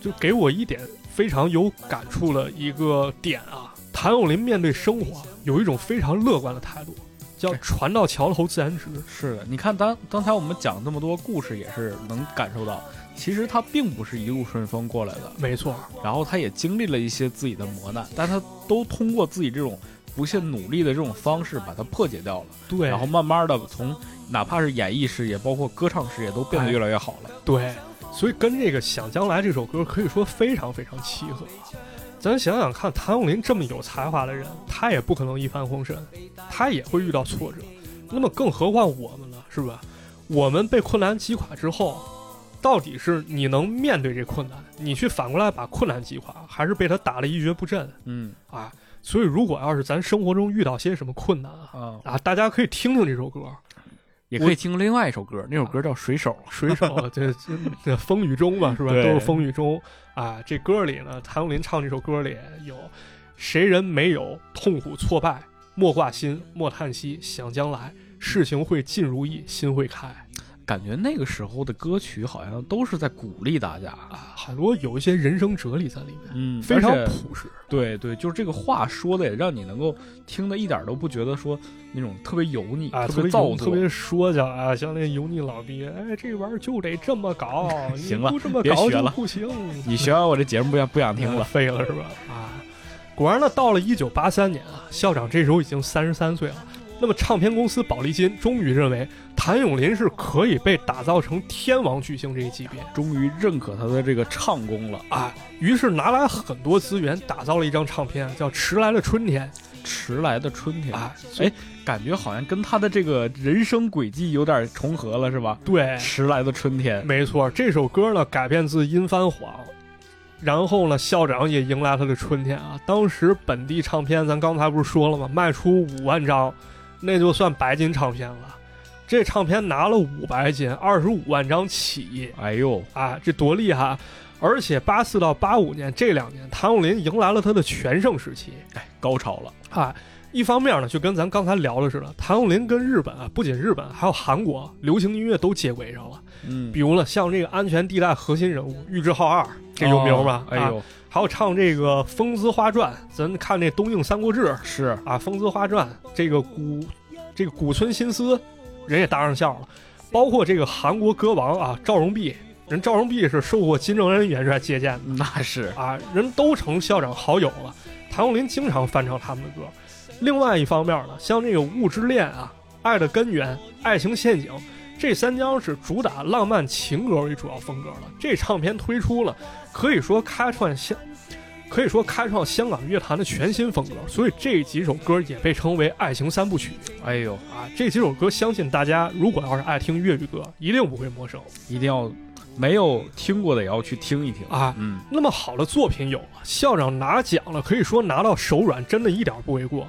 Speaker 2: 就给我一点非常有感触的一个点啊。谭咏麟面对生活有一种非常乐观的态度，叫
Speaker 1: 对
Speaker 2: “船到桥头自然直
Speaker 1: 是的。你看咱刚才我们讲这么多故事，也是能感受到，其实他并不是一路顺风过来的”。，
Speaker 2: 没错，
Speaker 1: 然后他也经历了一些自己的磨难，但他都通过自己这种不懈努力的这种方式把它破解掉了，
Speaker 2: 对，
Speaker 1: 然后慢慢的从哪怕是演艺事业，包括歌唱事业，都变
Speaker 2: 哎
Speaker 1: 得越来越好了。
Speaker 2: 对，所以跟这个《想将来》这首歌可以说非常非常契合啊。咱想想看，谭咏麟这么有才华的人，他也不可能一帆风顺，他也会遇到挫折。那么更何况我们呢？是吧？我们被困难击垮之后，到底是你能面对这困难，你去反过来把困难击垮，还是被他打了一蹶不振
Speaker 1: 嗯
Speaker 2: 啊？所以，如果要是咱生活中遇到些什么困难啊
Speaker 1: 啊，
Speaker 2: 啊，大家可以听听这首歌，
Speaker 1: 也可以听另外一首歌，那首歌叫《水手》。
Speaker 2: 水手，
Speaker 1: (laughs)
Speaker 2: 这这这风雨中吧，是吧？都
Speaker 1: 对
Speaker 2: 是风雨中啊。这歌里呢，谭咏麟唱这首歌里有“谁人没有痛苦挫败，莫挂心，莫叹息，想将来，事情会尽如意，心会开”
Speaker 1: 感觉那个时候的歌曲好像都是在鼓励大家。
Speaker 2: 啊，很多有一些人生哲理在里面，
Speaker 1: 嗯
Speaker 2: 非常
Speaker 1: 而且
Speaker 2: 朴实。
Speaker 1: 对对，就是这个话说的也让你能够听的一点都不觉得说那种特别油腻、
Speaker 2: 啊，
Speaker 1: 特
Speaker 2: 特
Speaker 1: 别
Speaker 2: 别
Speaker 1: 造
Speaker 2: 有
Speaker 1: 作，
Speaker 2: 特别说教啊，像那油腻老爹，哎，这玩意儿就得这么搞，
Speaker 1: (laughs) 行
Speaker 2: 你
Speaker 1: 了
Speaker 2: 不这么
Speaker 1: 别
Speaker 2: 搞
Speaker 1: 学
Speaker 2: 就
Speaker 1: 了
Speaker 2: 不行。
Speaker 1: 你学完我这节目不想不想听
Speaker 2: 听
Speaker 1: 了
Speaker 2: 了，。呃
Speaker 1: (laughs)
Speaker 2: 废了是吧？啊，果然呢，到了一九八三年啊，校长这时候已经三十三岁了。那么，唱片公司宝丽金终于认为谭咏麟是可以被打造成天王巨星这一级别
Speaker 1: 终于认可他的这个唱功了，
Speaker 2: 啊，于是拿来很多资源打造了一张唱片，啊叫《迟来的春天
Speaker 1: 迟来的春天》
Speaker 2: 啊。
Speaker 1: 哎，感觉好像跟他的这个人生轨迹有点重合了，是吧？
Speaker 2: 对，
Speaker 1: 迟来的春天，
Speaker 2: 没错，这首歌呢改编自殷番黄，然后呢，校长也迎来他的春天啊。当时本地唱片，咱刚才不是说了吗？卖出五万张，那就算白金唱片了。这唱片拿了五白金，二十五万张起
Speaker 1: 哎呦，
Speaker 2: 啊，这多厉害啊！而且八四到八五年这两年，谭咏麟迎来了他的全盛时期
Speaker 1: 哎，高潮了，
Speaker 2: 啊。一方面呢，就跟咱刚才聊的似的，谭咏麟跟日本啊，不仅日本，还有韩国流行音乐都接轨上了。
Speaker 1: 嗯
Speaker 2: 比如呢，像这个安全地带核心人物玉置浩二，这有名吧？
Speaker 1: 哎
Speaker 2: 啊，
Speaker 1: 呦，
Speaker 2: 还有唱这个《风姿花传》，咱看这东映《三国志》
Speaker 1: 是
Speaker 2: 啊，《风姿花传》这个古这个古村新司，人也搭上线了。包括这个韩国歌王啊，赵荣弼，人赵荣弼是受过金正恩元帅接见
Speaker 1: 那是
Speaker 2: 的啊，人都成校长好友了。谭咏麟经常翻唱他们的歌。另外一方面呢，像这个《物之恋》啊，《爱的根源》《爱情陷阱》这三张是主打浪漫情歌为主要风格的。这唱片推出了，可以说开创香，可以说开创香港乐坛的全新风格。所以这几首歌也被称为“爱情三部曲
Speaker 1: 哎呦，”
Speaker 2: 啊。这几首歌，相信大家如果要是爱听粤语歌，一定不会陌生
Speaker 1: 一定要没有听过的也要去听一听。
Speaker 2: 啊。
Speaker 1: 嗯，
Speaker 2: 那么好的作品有了，校长拿奖了，可以说拿到手软，真的一点不为过。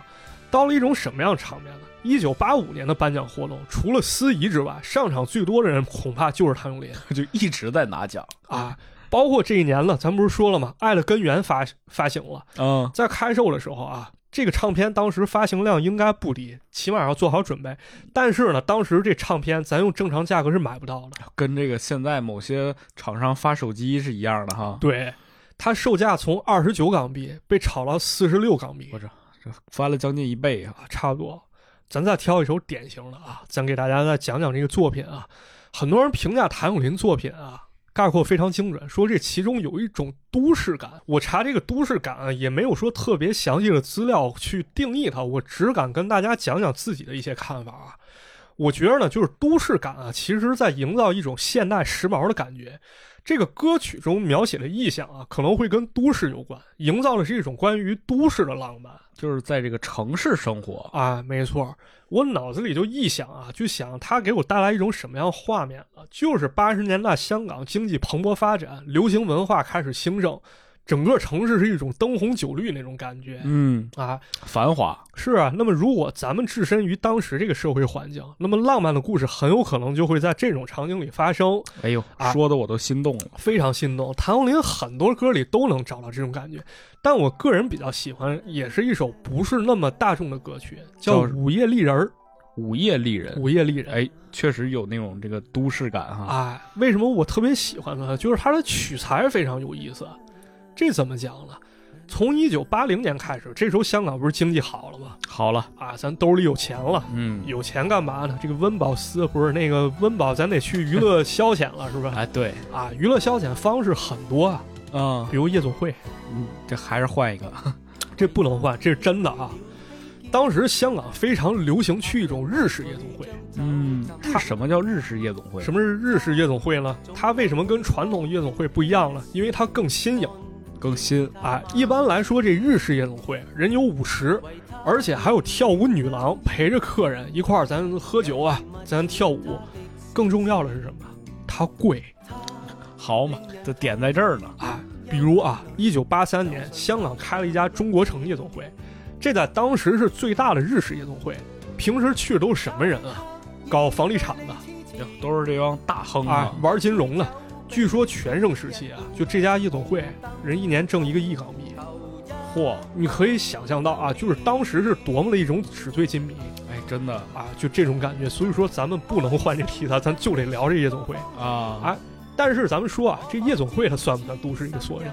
Speaker 2: 到了一种什么样的场面呢？一九八五年的颁奖活动，除了司仪之外，上场最多的人恐怕就是谭咏麟
Speaker 1: 就一直在拿奖，
Speaker 2: 啊。包括这一年了，咱不是说了吗？《爱的根源发》发行了，
Speaker 1: 嗯，
Speaker 2: 在开售的时候啊，这个唱片当时发行量应该不低，起码要做好准备。但是呢，当时这唱片咱用正常价格是买不到的。
Speaker 1: 跟这个现在某些厂商发手机是一样的哈。
Speaker 2: 对，它售价从二十九港币被炒到四十六港币，
Speaker 1: 这翻了将近一倍啊！
Speaker 2: 啊，差不多。咱再挑一首典型的啊，咱给大家再讲讲这个作品啊。很多人评价谭咏麟作品啊，概括非常精准，说这其中有一种都市感。我查这个都市感啊也没有说特别详细的资料去定义它，我只敢跟大家讲讲自己的一些看法啊。我觉得呢，就是都市感啊，其实在营造一种现代时髦的感觉。这个歌曲中描写的意象啊，可能会跟都市有关，营造的是一种关于都市的浪漫。
Speaker 1: 就是在这个城市生活，
Speaker 2: 啊，没错儿，我脑子里就一想啊，就想它给我带来一种什么样的画面啊？就是八十年代香港经济蓬勃发展，流行文化开始兴盛，整个城市是一种灯红酒绿那种感觉。
Speaker 1: 嗯，
Speaker 2: 啊，
Speaker 1: 繁华，
Speaker 2: 是啊。那么，如果咱们置身于当时这个社会环境，那么浪漫的故事很有可能就会在这种场景里发生，
Speaker 1: 哎呦
Speaker 2: 啊，
Speaker 1: 说的我都心动了。
Speaker 2: 非常心动。谭咏麟很多歌里都能找到这种感觉，但我个人比较喜欢，也是一首不是那么大众的歌曲，
Speaker 1: 叫
Speaker 2: 叫《午夜丽人儿
Speaker 1: 午夜啊丽》。人，
Speaker 2: 午夜丽人，
Speaker 1: 哎，确实有那种这个都市感哈。
Speaker 2: 哎，为什么我特别喜欢它？就是它的取材非常有意思。这怎么讲呢？从一九八零年开始，这时候香港不是经济好了吗？
Speaker 1: 好了，
Speaker 2: 啊，咱兜里有钱了，
Speaker 1: 嗯，
Speaker 2: 有钱干嘛呢？这个温饱思不是那个温饱，咱得去娱乐消遣了，是吧？
Speaker 1: 哎，对，
Speaker 2: 啊，娱乐消遣方式很多啊，
Speaker 1: 啊，
Speaker 2: 比如夜总会，
Speaker 1: 嗯这还是换一个，
Speaker 2: 这不能换，这是真的啊。当时香港非常流行去一种日式夜总会，
Speaker 1: 嗯，它什么叫日式夜总会？
Speaker 2: 什么是日式夜总会呢？它为什么跟传统夜总会不一样呢？因为它更新颖。
Speaker 1: 更新？
Speaker 2: 啊，一般来说，这日式夜总会人有五十，而且还有跳舞女郎陪着客人一块儿，咱喝酒啊，咱跳舞。更重要的是什么？它贵
Speaker 1: 好嘛，这点在这儿呢。
Speaker 2: 啊！比如啊，一九八三年，香港开了一家中国城夜总会，这在当时是最大的日式夜总会。平时去的都是什么人啊？搞房地产的，
Speaker 1: 哎都是这帮大亨
Speaker 2: 啊
Speaker 1: 啊，，
Speaker 2: 玩金融的。据说全盛时期啊，就这家夜总会，人一年挣一个亿港币。嚯！你可以想象到啊，就是当时是多么的一种纸醉金迷
Speaker 1: 哎，真的
Speaker 2: 啊，就这种感觉。所以说，咱们不能换这题材，咱就得聊这夜总会。
Speaker 1: 啊，
Speaker 2: 但是咱们说啊，这夜总会它算不算都市一个缩影？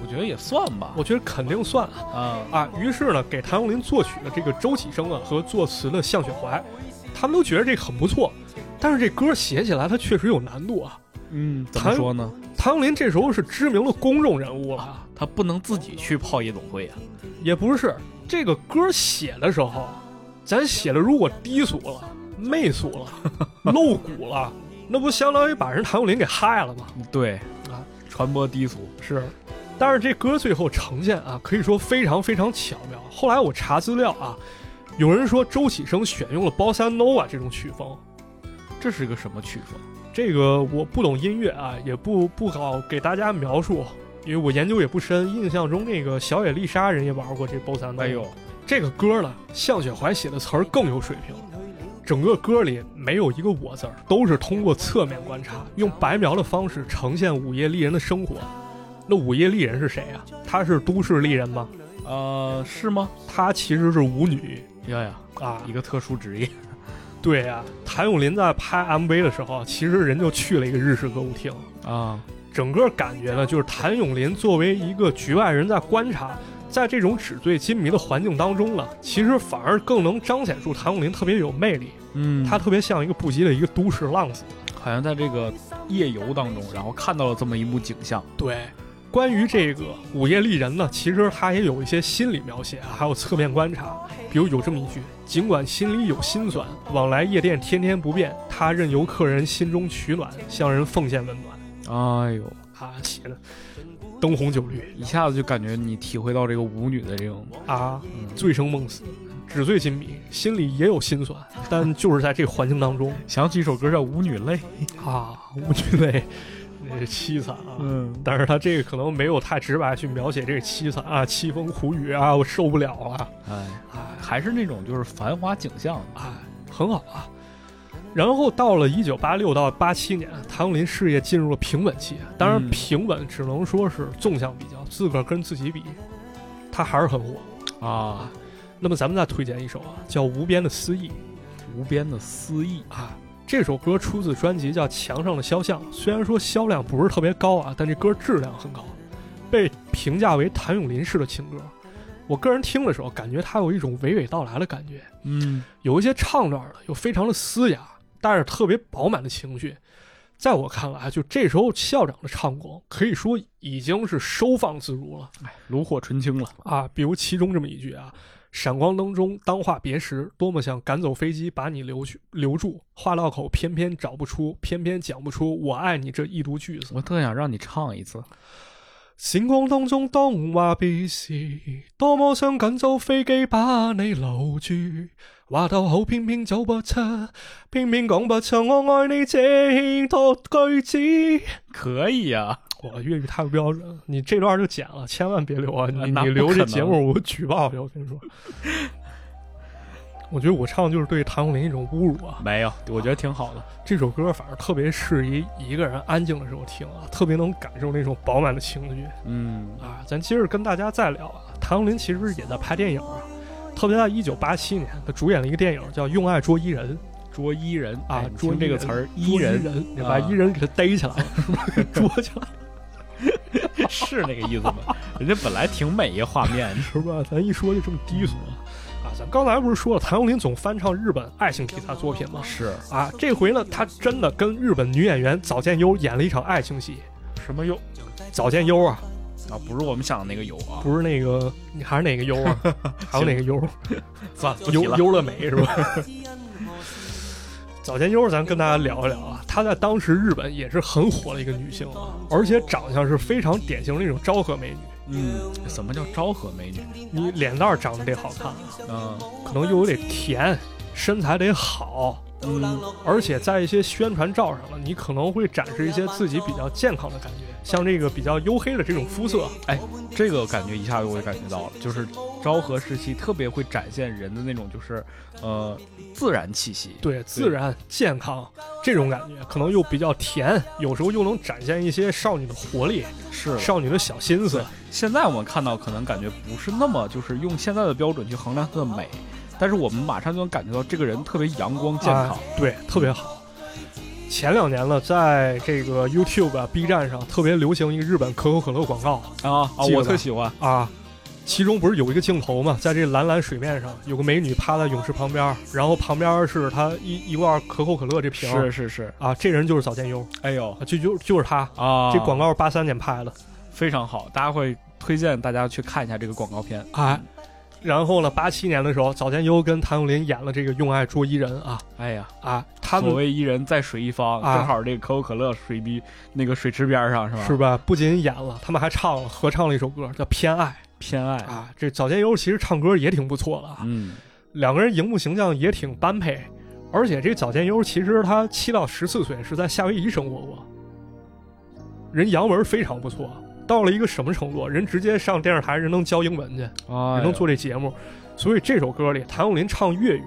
Speaker 1: 我觉得也算吧。
Speaker 2: 我觉得肯定算啊。
Speaker 1: 啊，
Speaker 2: 啊，于是呢，给谭咏麟作曲的这个周启生啊和作词的向雪怀，他们都觉得这个很不错，但是这歌写起来它确实有难度啊。
Speaker 1: 嗯，怎
Speaker 2: 谭
Speaker 1: 么说呢？
Speaker 2: 谭咏麟这时候是知名的公众人物了，
Speaker 1: 他不能自己去泡夜总会啊。
Speaker 2: 也不是这个歌写的时候，咱写的如果低俗了、媚俗
Speaker 1: (laughs)
Speaker 2: 了、露骨了，那不相当于把人谭咏麟给害了吗？
Speaker 1: 对
Speaker 2: 啊，
Speaker 1: 传播低俗。
Speaker 2: 是，但是这歌最后呈现啊，可以说非常非常巧妙。后来我查资料啊，有人说周启生选用了包三 nova 这种曲风，
Speaker 1: 这是个什么曲风？
Speaker 2: 这个我不懂音乐啊，也不不好给大家描述，因为我研究也不深。印象中那个小野丽莎人也玩过这包三 nova。
Speaker 1: 哎呦，
Speaker 2: 这个歌呢，向雪怀写的词儿更有水平。整个歌里没有一个我字儿，都是通过侧面观察，用白描的方式呈现午夜丽人的生活。那午夜丽人是谁啊？她是都市丽人吗？
Speaker 1: 呃，是吗？
Speaker 2: 她其实是舞女
Speaker 1: 呀呀，
Speaker 2: 啊
Speaker 1: 一。个特殊职业。
Speaker 2: 对啊，谭咏麟在拍 MV 的时候，啊其实人就去了一个日式歌舞厅。
Speaker 1: 啊，
Speaker 2: 整个感觉呢，就是谭咏麟作为一个局外人在观察，在这种纸醉金迷的环境当中呢，其实反而更能彰显出谭咏麟特别有魅力。
Speaker 1: 嗯，
Speaker 2: 他特别像一个不羁的一个都市浪子。
Speaker 1: 好像在这个夜游当中，然后看到了这么一幕景象。
Speaker 2: 对，关于这个午夜丽人呢，其实他也有一些心理描写啊，还有侧面观察。比如有这么一句：“尽管心里有心酸，往来夜店天天不变，他任由客人心中取暖，向人奉献温暖。
Speaker 1: 哎呦，”
Speaker 2: 啊，写的灯红酒绿
Speaker 1: 一下子就感觉你体会到这个舞女的这种，
Speaker 2: 啊，
Speaker 1: 嗯，
Speaker 2: 醉生梦死，纸醉金迷，心里也有心酸，但就是在这个环境
Speaker 1: (laughs)
Speaker 2: 当中
Speaker 1: 想起一首歌叫《舞女泪》。
Speaker 2: 啊，我觉得那是凄惨啊。
Speaker 1: 嗯，
Speaker 2: 但是他这个可能没有太直白去描写这个凄惨啊，凄风苦雨啊，我受不了了，
Speaker 1: 哎，
Speaker 2: 哎
Speaker 1: 还是那种就是繁华景象。
Speaker 2: 哎，很好啊。然后到了一九八六到八七年，谭咏麟事业进入了平稳期。当然，
Speaker 1: 嗯
Speaker 2: 平稳只能说是纵向比较，自个儿跟自己比，他还是很火。
Speaker 1: 啊，
Speaker 2: 那么咱们再推荐一首啊，叫《无边的思忆》
Speaker 1: 无边的诗意。
Speaker 2: 啊。这首歌出自专辑叫《墙上的肖像》，虽然说销量不是特别高啊，但这歌质量很高，被评价为谭咏麟式的情歌。我个人听的时候，感觉它有一种娓娓道来的感觉，
Speaker 1: 嗯，
Speaker 2: 有一些唱段的，又非常的嘶哑，但是特别饱满的情绪。在我看来，就这时候校长的唱功，可以说已经是收放自如了
Speaker 1: 炉火纯青了。
Speaker 2: 啊。比如其中这么一句啊：“闪光灯中当话别时，多么想赶走飞机把你留去留住，话到口偏偏找不出，偏偏讲不出我爱你这一读句子。”
Speaker 1: 我特想让你唱一次。
Speaker 2: 星光当中當話別時，多麼想緊租飛機把你留住，話到口偏偏走不出，偏偏講不出我愛你這多句子。
Speaker 1: 可以呀、啊
Speaker 2: 我粤语太不标准，你这段就剪了，千万别留啊！你
Speaker 1: 那
Speaker 2: 你
Speaker 1: 不
Speaker 2: 留
Speaker 1: 可
Speaker 2: 这
Speaker 1: 能
Speaker 2: 节目，我举报去！我跟你说， (laughs) 我觉得我唱就是对谭咏麟一种侮辱啊！
Speaker 1: 没有，我觉得挺好的。
Speaker 2: 这首歌反而特别适宜一个人安静的时候听啊，特别能感受那种饱满的情绪
Speaker 1: 嗯，
Speaker 2: 啊！咱接着跟大家再聊啊，谭咏麟其实也在拍电影啊，特别在一九八七年，他主演了一个电影叫《用爱捉伊人》。
Speaker 1: 捉伊人
Speaker 2: 啊
Speaker 1: 哎你，
Speaker 2: 捉
Speaker 1: 听这个词儿，伊
Speaker 2: 人，
Speaker 1: 人
Speaker 2: 捉人你
Speaker 1: 啊
Speaker 2: 把伊人给他逮起来了，是吧？给 (laughs) 捉起
Speaker 1: (laughs)
Speaker 2: 来，
Speaker 1: 是那个意思吗？人家本来挺美一个画面，
Speaker 2: 是吧？咱一说就这么低俗啊！啊，咱刚才不是说了，谭咏麟总翻唱日本爱情题材作品吗？
Speaker 1: 是
Speaker 2: 啊，这回呢，他真的跟日本女演员早见优演了一场爱情戏。
Speaker 1: 什么优
Speaker 2: 早见优啊，
Speaker 1: 啊？不是我们想的那个优啊，
Speaker 2: 不是那个，你还是哪个优啊？还有哪个优？
Speaker 1: (laughs) 算了，不
Speaker 2: 优
Speaker 1: 提了。
Speaker 2: 优乐美是吧？ (laughs) 早见优，咱跟大家聊一聊啊，她在当时日本也是很火的一个女性啊，而且长相是非常典型的那种昭和美女，
Speaker 1: 嗯，什么叫昭和美女？
Speaker 2: 你脸蛋儿长得得好看啊，
Speaker 1: 嗯
Speaker 2: 可能又得甜，身材得好，
Speaker 1: 嗯
Speaker 2: 而且在一些宣传照上了，你可能会展示一些自己比较健康的感觉，像这个比较黝黑的这种肤色，
Speaker 1: 哎，这个感觉一下我就感觉到了，就是昭和时期特别会展现人的那种，就是呃自然气息。
Speaker 2: 对，自然健康这种感觉，可能又比较甜，有时候又能展现一些少女的活力，
Speaker 1: 是
Speaker 2: 少女的小心思
Speaker 1: 对。现在我们看到，可能感觉不是那么就是用现在的标准去衡量她的美，但是我们马上就能感觉到这个人特别阳光健康
Speaker 2: 啊。对，特别好。前两年了，在这个 YouTube 啊、B 站上特别流行一个日本可口可乐广告
Speaker 1: 啊啊！
Speaker 2: 记得
Speaker 1: 我
Speaker 2: 吧
Speaker 1: 特喜欢，
Speaker 2: 啊，其中不是有一个镜头嘛，在这蓝蓝水面上有个美女趴在泳池旁边，然后旁边是她一一罐可口可乐这瓶儿
Speaker 1: 是是是，
Speaker 2: 啊，这人就是早见优，
Speaker 1: 哎呦
Speaker 2: 啊就就就是她。
Speaker 1: 啊！
Speaker 2: 这广告八三年拍的，
Speaker 1: 非常好，大家会推荐大家去看一下这个广告片。
Speaker 2: 哎，然后呢，八七年的时候，早见优跟谭咏麟演了这个《用爱捉伊人》啊
Speaker 1: 哎呀，
Speaker 2: 啊，他
Speaker 1: 所
Speaker 2: 们
Speaker 1: 谓一人在水一方，
Speaker 2: 啊
Speaker 1: 正好这个可口可乐水逼那个水池边上是吧？
Speaker 2: 是吧？不仅演了，他们还唱了合唱了一首歌叫《偏爱》。
Speaker 1: 偏爱，
Speaker 2: 啊，这早见优其实唱歌也挺不错的啊，
Speaker 1: 嗯，
Speaker 2: 两个人荧幕形象也挺般配。而且这早见优其实他七到十四岁是在夏威夷生活过，人洋文非常不错，到了一个什么程度，人直接上电视台，人能教英文去，人
Speaker 1: 啊，
Speaker 2: 能做这节目。所以这首歌里，谭咏麟唱粤语，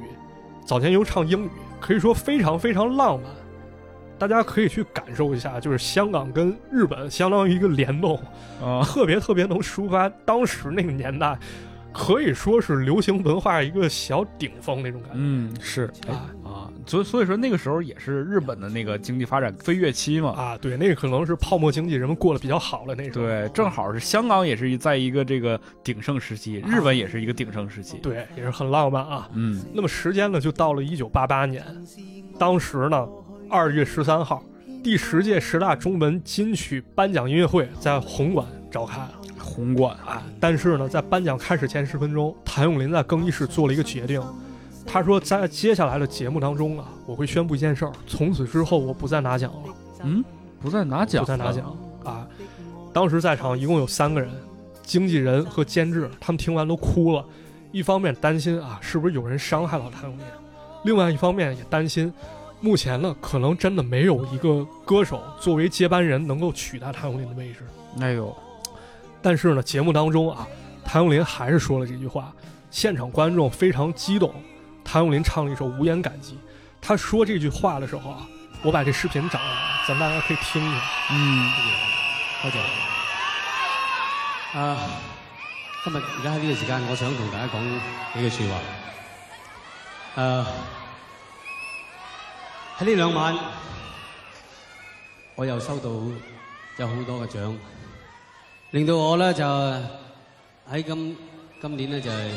Speaker 2: 早见优唱英语，可以说非常非常浪漫。大家可以去感受一下，就是香港跟日本相当于一个联动，
Speaker 1: 啊，
Speaker 2: 特别特别能抒发当时那个年代，可以说是流行文化一个小顶峰那种感觉、
Speaker 1: 嗯，是，哎
Speaker 2: 啊
Speaker 1: 啊，所以所以说那个时候也是日本的那个经济发展飞跃期嘛，
Speaker 2: 啊！对，那个可能是泡沫经济，人们过得比较好的那种。
Speaker 1: 对，正好是香港也是在一个这个鼎盛时期，日本也是一个鼎盛时期。，
Speaker 2: 啊对，也是很浪漫啊。
Speaker 1: 嗯，
Speaker 2: 那么时间呢，就到了一九八八年，当时呢，二月十三号，第十届十大中文金曲颁奖音乐会在红馆召开了
Speaker 1: 红馆
Speaker 2: 啊。但是呢，在颁奖开始前十分钟，谭咏麟在更衣室做了一个决定，他说在接下来的节目当中啊，我会宣布一件事儿，从此之后我不再拿奖了，
Speaker 1: 不再拿奖，
Speaker 2: 不再拿奖。啊。当时在场一共有三个人，经纪人和监制，他们听完都哭了。一方面担心啊，是不是有人伤害到谭咏麟；另外一方面也担心，目前呢，可能真的没有一个歌手作为接班人能够取代谭咏麟的位置。
Speaker 1: 哎呦，
Speaker 2: 但是呢，节目当中啊，谭咏麟还是说了这句话，现场观众非常激动，谭咏麟唱了一首《无言感激》。他说这句话的时候啊，我把这视频找来了，咱大家可以听一下。
Speaker 1: 嗯，
Speaker 4: 多謝。啊，今日而家喺呢個時間，我想同大家講幾句説話。誒、喺呢兩晚，我又收到有好多嘅獎，令到我咧就喺今今年咧就係、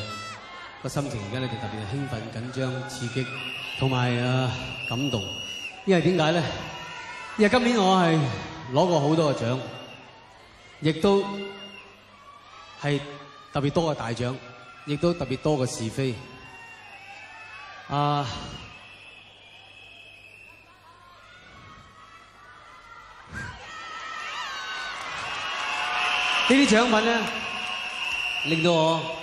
Speaker 4: 個心情而家咧就特別係興奮、緊張、刺激同埋啊感動，因為點解咧？因為今年我係攞過好多嘅獎，亦都係特別多嘅大獎，亦都特別多嘅是非。啊！呢啲獎品咧，令到我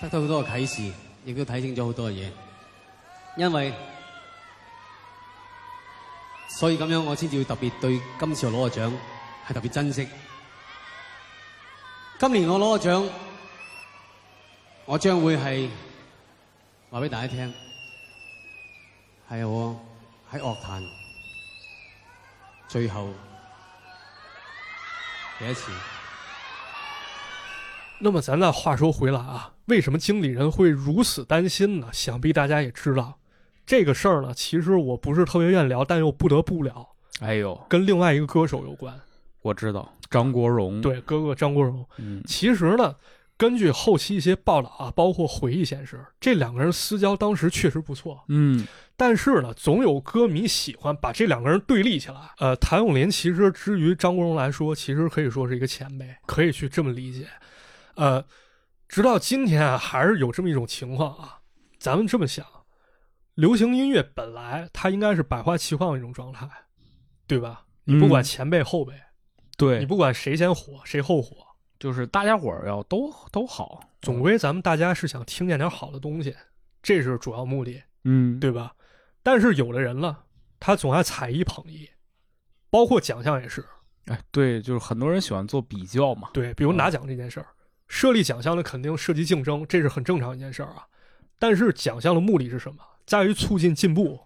Speaker 4: 得到好多嘅啟示，亦都睇清咗好多嘅嘢，因為。所以咁樣我先至要特別對今次我攞嘅獎係特別珍惜。今年我攞個獎，我將會係話俾大家聽，係我喺樂壇最後第一次。
Speaker 2: 那么咱再话说回来啊，为什么经理人会如此担心呢？想必大家也知道，这个事儿呢，其实我不是特别愿聊，但又不得不聊，
Speaker 1: 哎呦，
Speaker 2: 跟另外一个歌手有关。
Speaker 1: 我知道张国荣，，
Speaker 2: 对，哥哥张国荣。
Speaker 1: 嗯，
Speaker 2: 其实呢，根据后期一些报道啊，包括回忆显示，这两个人私交当时确实不错。啊
Speaker 1: 嗯，
Speaker 2: 但是呢，总有歌迷喜欢把这两个人对立起来。呃，谭咏麟其实之于张国荣来说，其实可以说是一个前辈，可以去这么理解。呃，直到今天啊，还是有这么一种情况啊。咱们这么想，流行音乐本来它应该是百花齐放的一种状态，对吧？你不管
Speaker 1: 嗯
Speaker 2: 前辈后辈，你
Speaker 1: 对，
Speaker 2: 不管谁先火谁后火，
Speaker 1: 就是大家伙儿要都都好，
Speaker 2: 总归咱们大家是想听见点好的东西，这是主要目的。
Speaker 1: 嗯，
Speaker 2: 对吧？但是有的人呢，他总爱踩一捧一，包括奖项也是。
Speaker 1: 哎，对，就是很多人喜欢做比较嘛，
Speaker 2: 对，比如拿奖这件事儿，设立奖项呢肯定涉及竞争，这是很正常一件事儿啊。但是奖项的目的是什么？在于促进进步，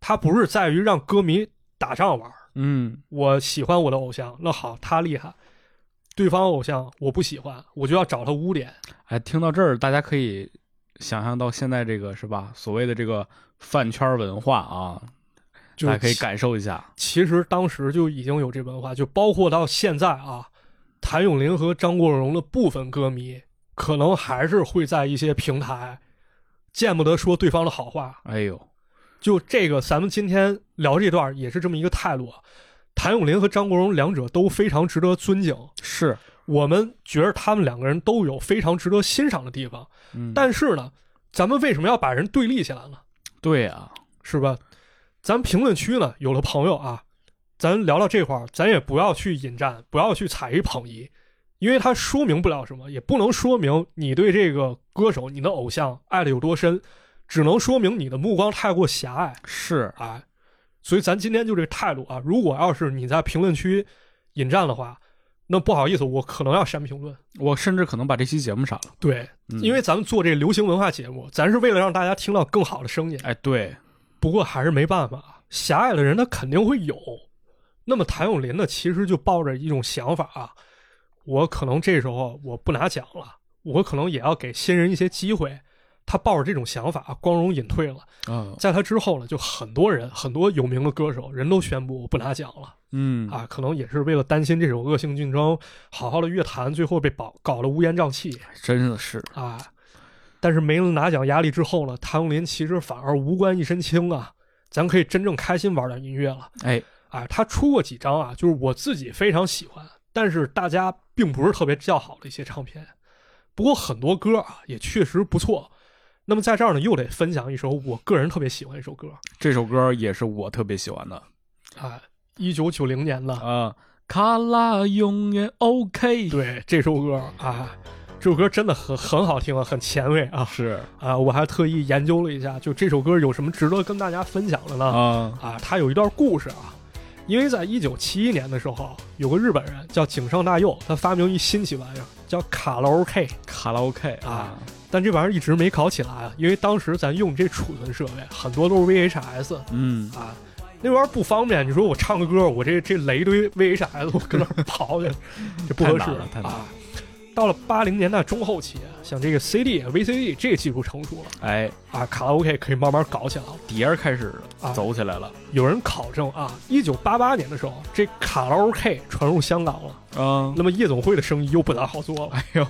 Speaker 2: 它不是在于让歌迷打仗玩儿。
Speaker 1: 嗯，
Speaker 2: 我喜欢我的偶像，那好，他厉害。对方偶像我不喜欢，我就要找他污点。
Speaker 1: 哎，听到这儿，大家可以想象到现在这个是吧？所谓的这个饭圈文化啊，
Speaker 2: 就
Speaker 1: 大
Speaker 2: 是
Speaker 1: 家可以
Speaker 2: 其
Speaker 1: 感受一下。
Speaker 2: 其实当时就已经有这文化，就包括到现在啊，谭咏麟和张国荣的部分歌迷，可能还是会在一些平台见不得说对方的好话。
Speaker 1: 哎呦，
Speaker 2: 就这个，咱们今天聊这段也是这么一个态度啊。谭咏麟和张国荣两者都非常值得尊敬，
Speaker 1: 是，
Speaker 2: 我们觉得他们两个人都有非常值得欣赏的地方。
Speaker 1: 嗯，
Speaker 2: 但是呢，咱们为什么要把人对立起来呢？
Speaker 1: 对啊，
Speaker 2: 是吧？咱评论区呢，有了朋友啊，咱聊到这块儿，咱也不要去引战，不要去踩一捧一，因为它说明不了什么，也不能说明你对这个歌手、你的偶像爱的有多深，只能说明你的目光太过狭隘。
Speaker 1: 是，
Speaker 2: 哎，所以咱今天就这个态度啊，如果要是你在评论区引战的话，那不好意思，我可能要删评论。
Speaker 1: 我甚至可能把这期节目删了，
Speaker 2: 对，
Speaker 1: 嗯
Speaker 2: 因为咱们做这流行文化节目，咱是为了让大家听到更好的声音。
Speaker 1: 哎，对，
Speaker 2: 不过还是没办法，狭隘的人他肯定会有。那么谭咏麟呢，其实就抱着一种想法啊，我可能这时候我不拿奖了，我可能也要给新人一些机会。他抱着这种想法，光荣隐退了。
Speaker 1: 啊，
Speaker 2: 在他之后呢，就很多人，很多有名的歌手，人都宣布我不拿奖了
Speaker 1: 嗯，
Speaker 2: 啊，可能也是为了担心这种恶性竞争，好好的乐坛最后被搞搞得乌烟瘴气
Speaker 1: 哎真的是，
Speaker 2: 啊。但是没了拿奖压力之后呢，谭咏麟其实反而无官一身轻啊，咱可以真正开心玩点音乐了。
Speaker 1: 哎，
Speaker 2: 啊，他出过几张啊，就是我自己非常喜欢，但是大家并不是特别叫好的一些唱片。不过很多歌啊也确实不错。那么在这儿呢，又得分享一首我个人特别喜欢的一首歌
Speaker 1: 这首歌也是我特别喜欢的
Speaker 2: 啊，一九九零年的，
Speaker 1: 啊，卡拉永远 OK，
Speaker 2: 对这首歌啊，这首歌真的很很好听啊，很前卫啊
Speaker 1: 是
Speaker 2: 啊！我还特意研究了一下，就这首歌有什么值得跟大家分享的呢？
Speaker 1: 啊，
Speaker 2: 啊，他有一段故事啊，因为在一九七一年的时候，有个日本人叫井上大佑，他发明一新奇玩意儿叫卡拉 OK，
Speaker 1: 卡拉 OK 啊
Speaker 2: 啊，但这玩意儿一直没搞起来啊，因为当时咱用这储存设备很多都是 VHS
Speaker 1: 嗯，
Speaker 2: 啊，那玩意儿不方便。你说我唱个歌，我这这雷一堆 VHS，我搁那儿刨去， (laughs) 这不合适
Speaker 1: 太难了太难了
Speaker 2: 啊。到了八零年代中后期，像这个 CD、VCD 这技术成熟了
Speaker 1: 哎，
Speaker 2: 啊，卡拉 OK 可以慢慢搞起来了。
Speaker 1: 碟儿开始
Speaker 2: 啊
Speaker 1: 走起来了
Speaker 2: 有人考证啊，一九八八年的时候，这卡拉 OK 传入香港了，
Speaker 1: 啊，
Speaker 2: 那么夜总会的生意又不咋好做了。
Speaker 1: 哎呦，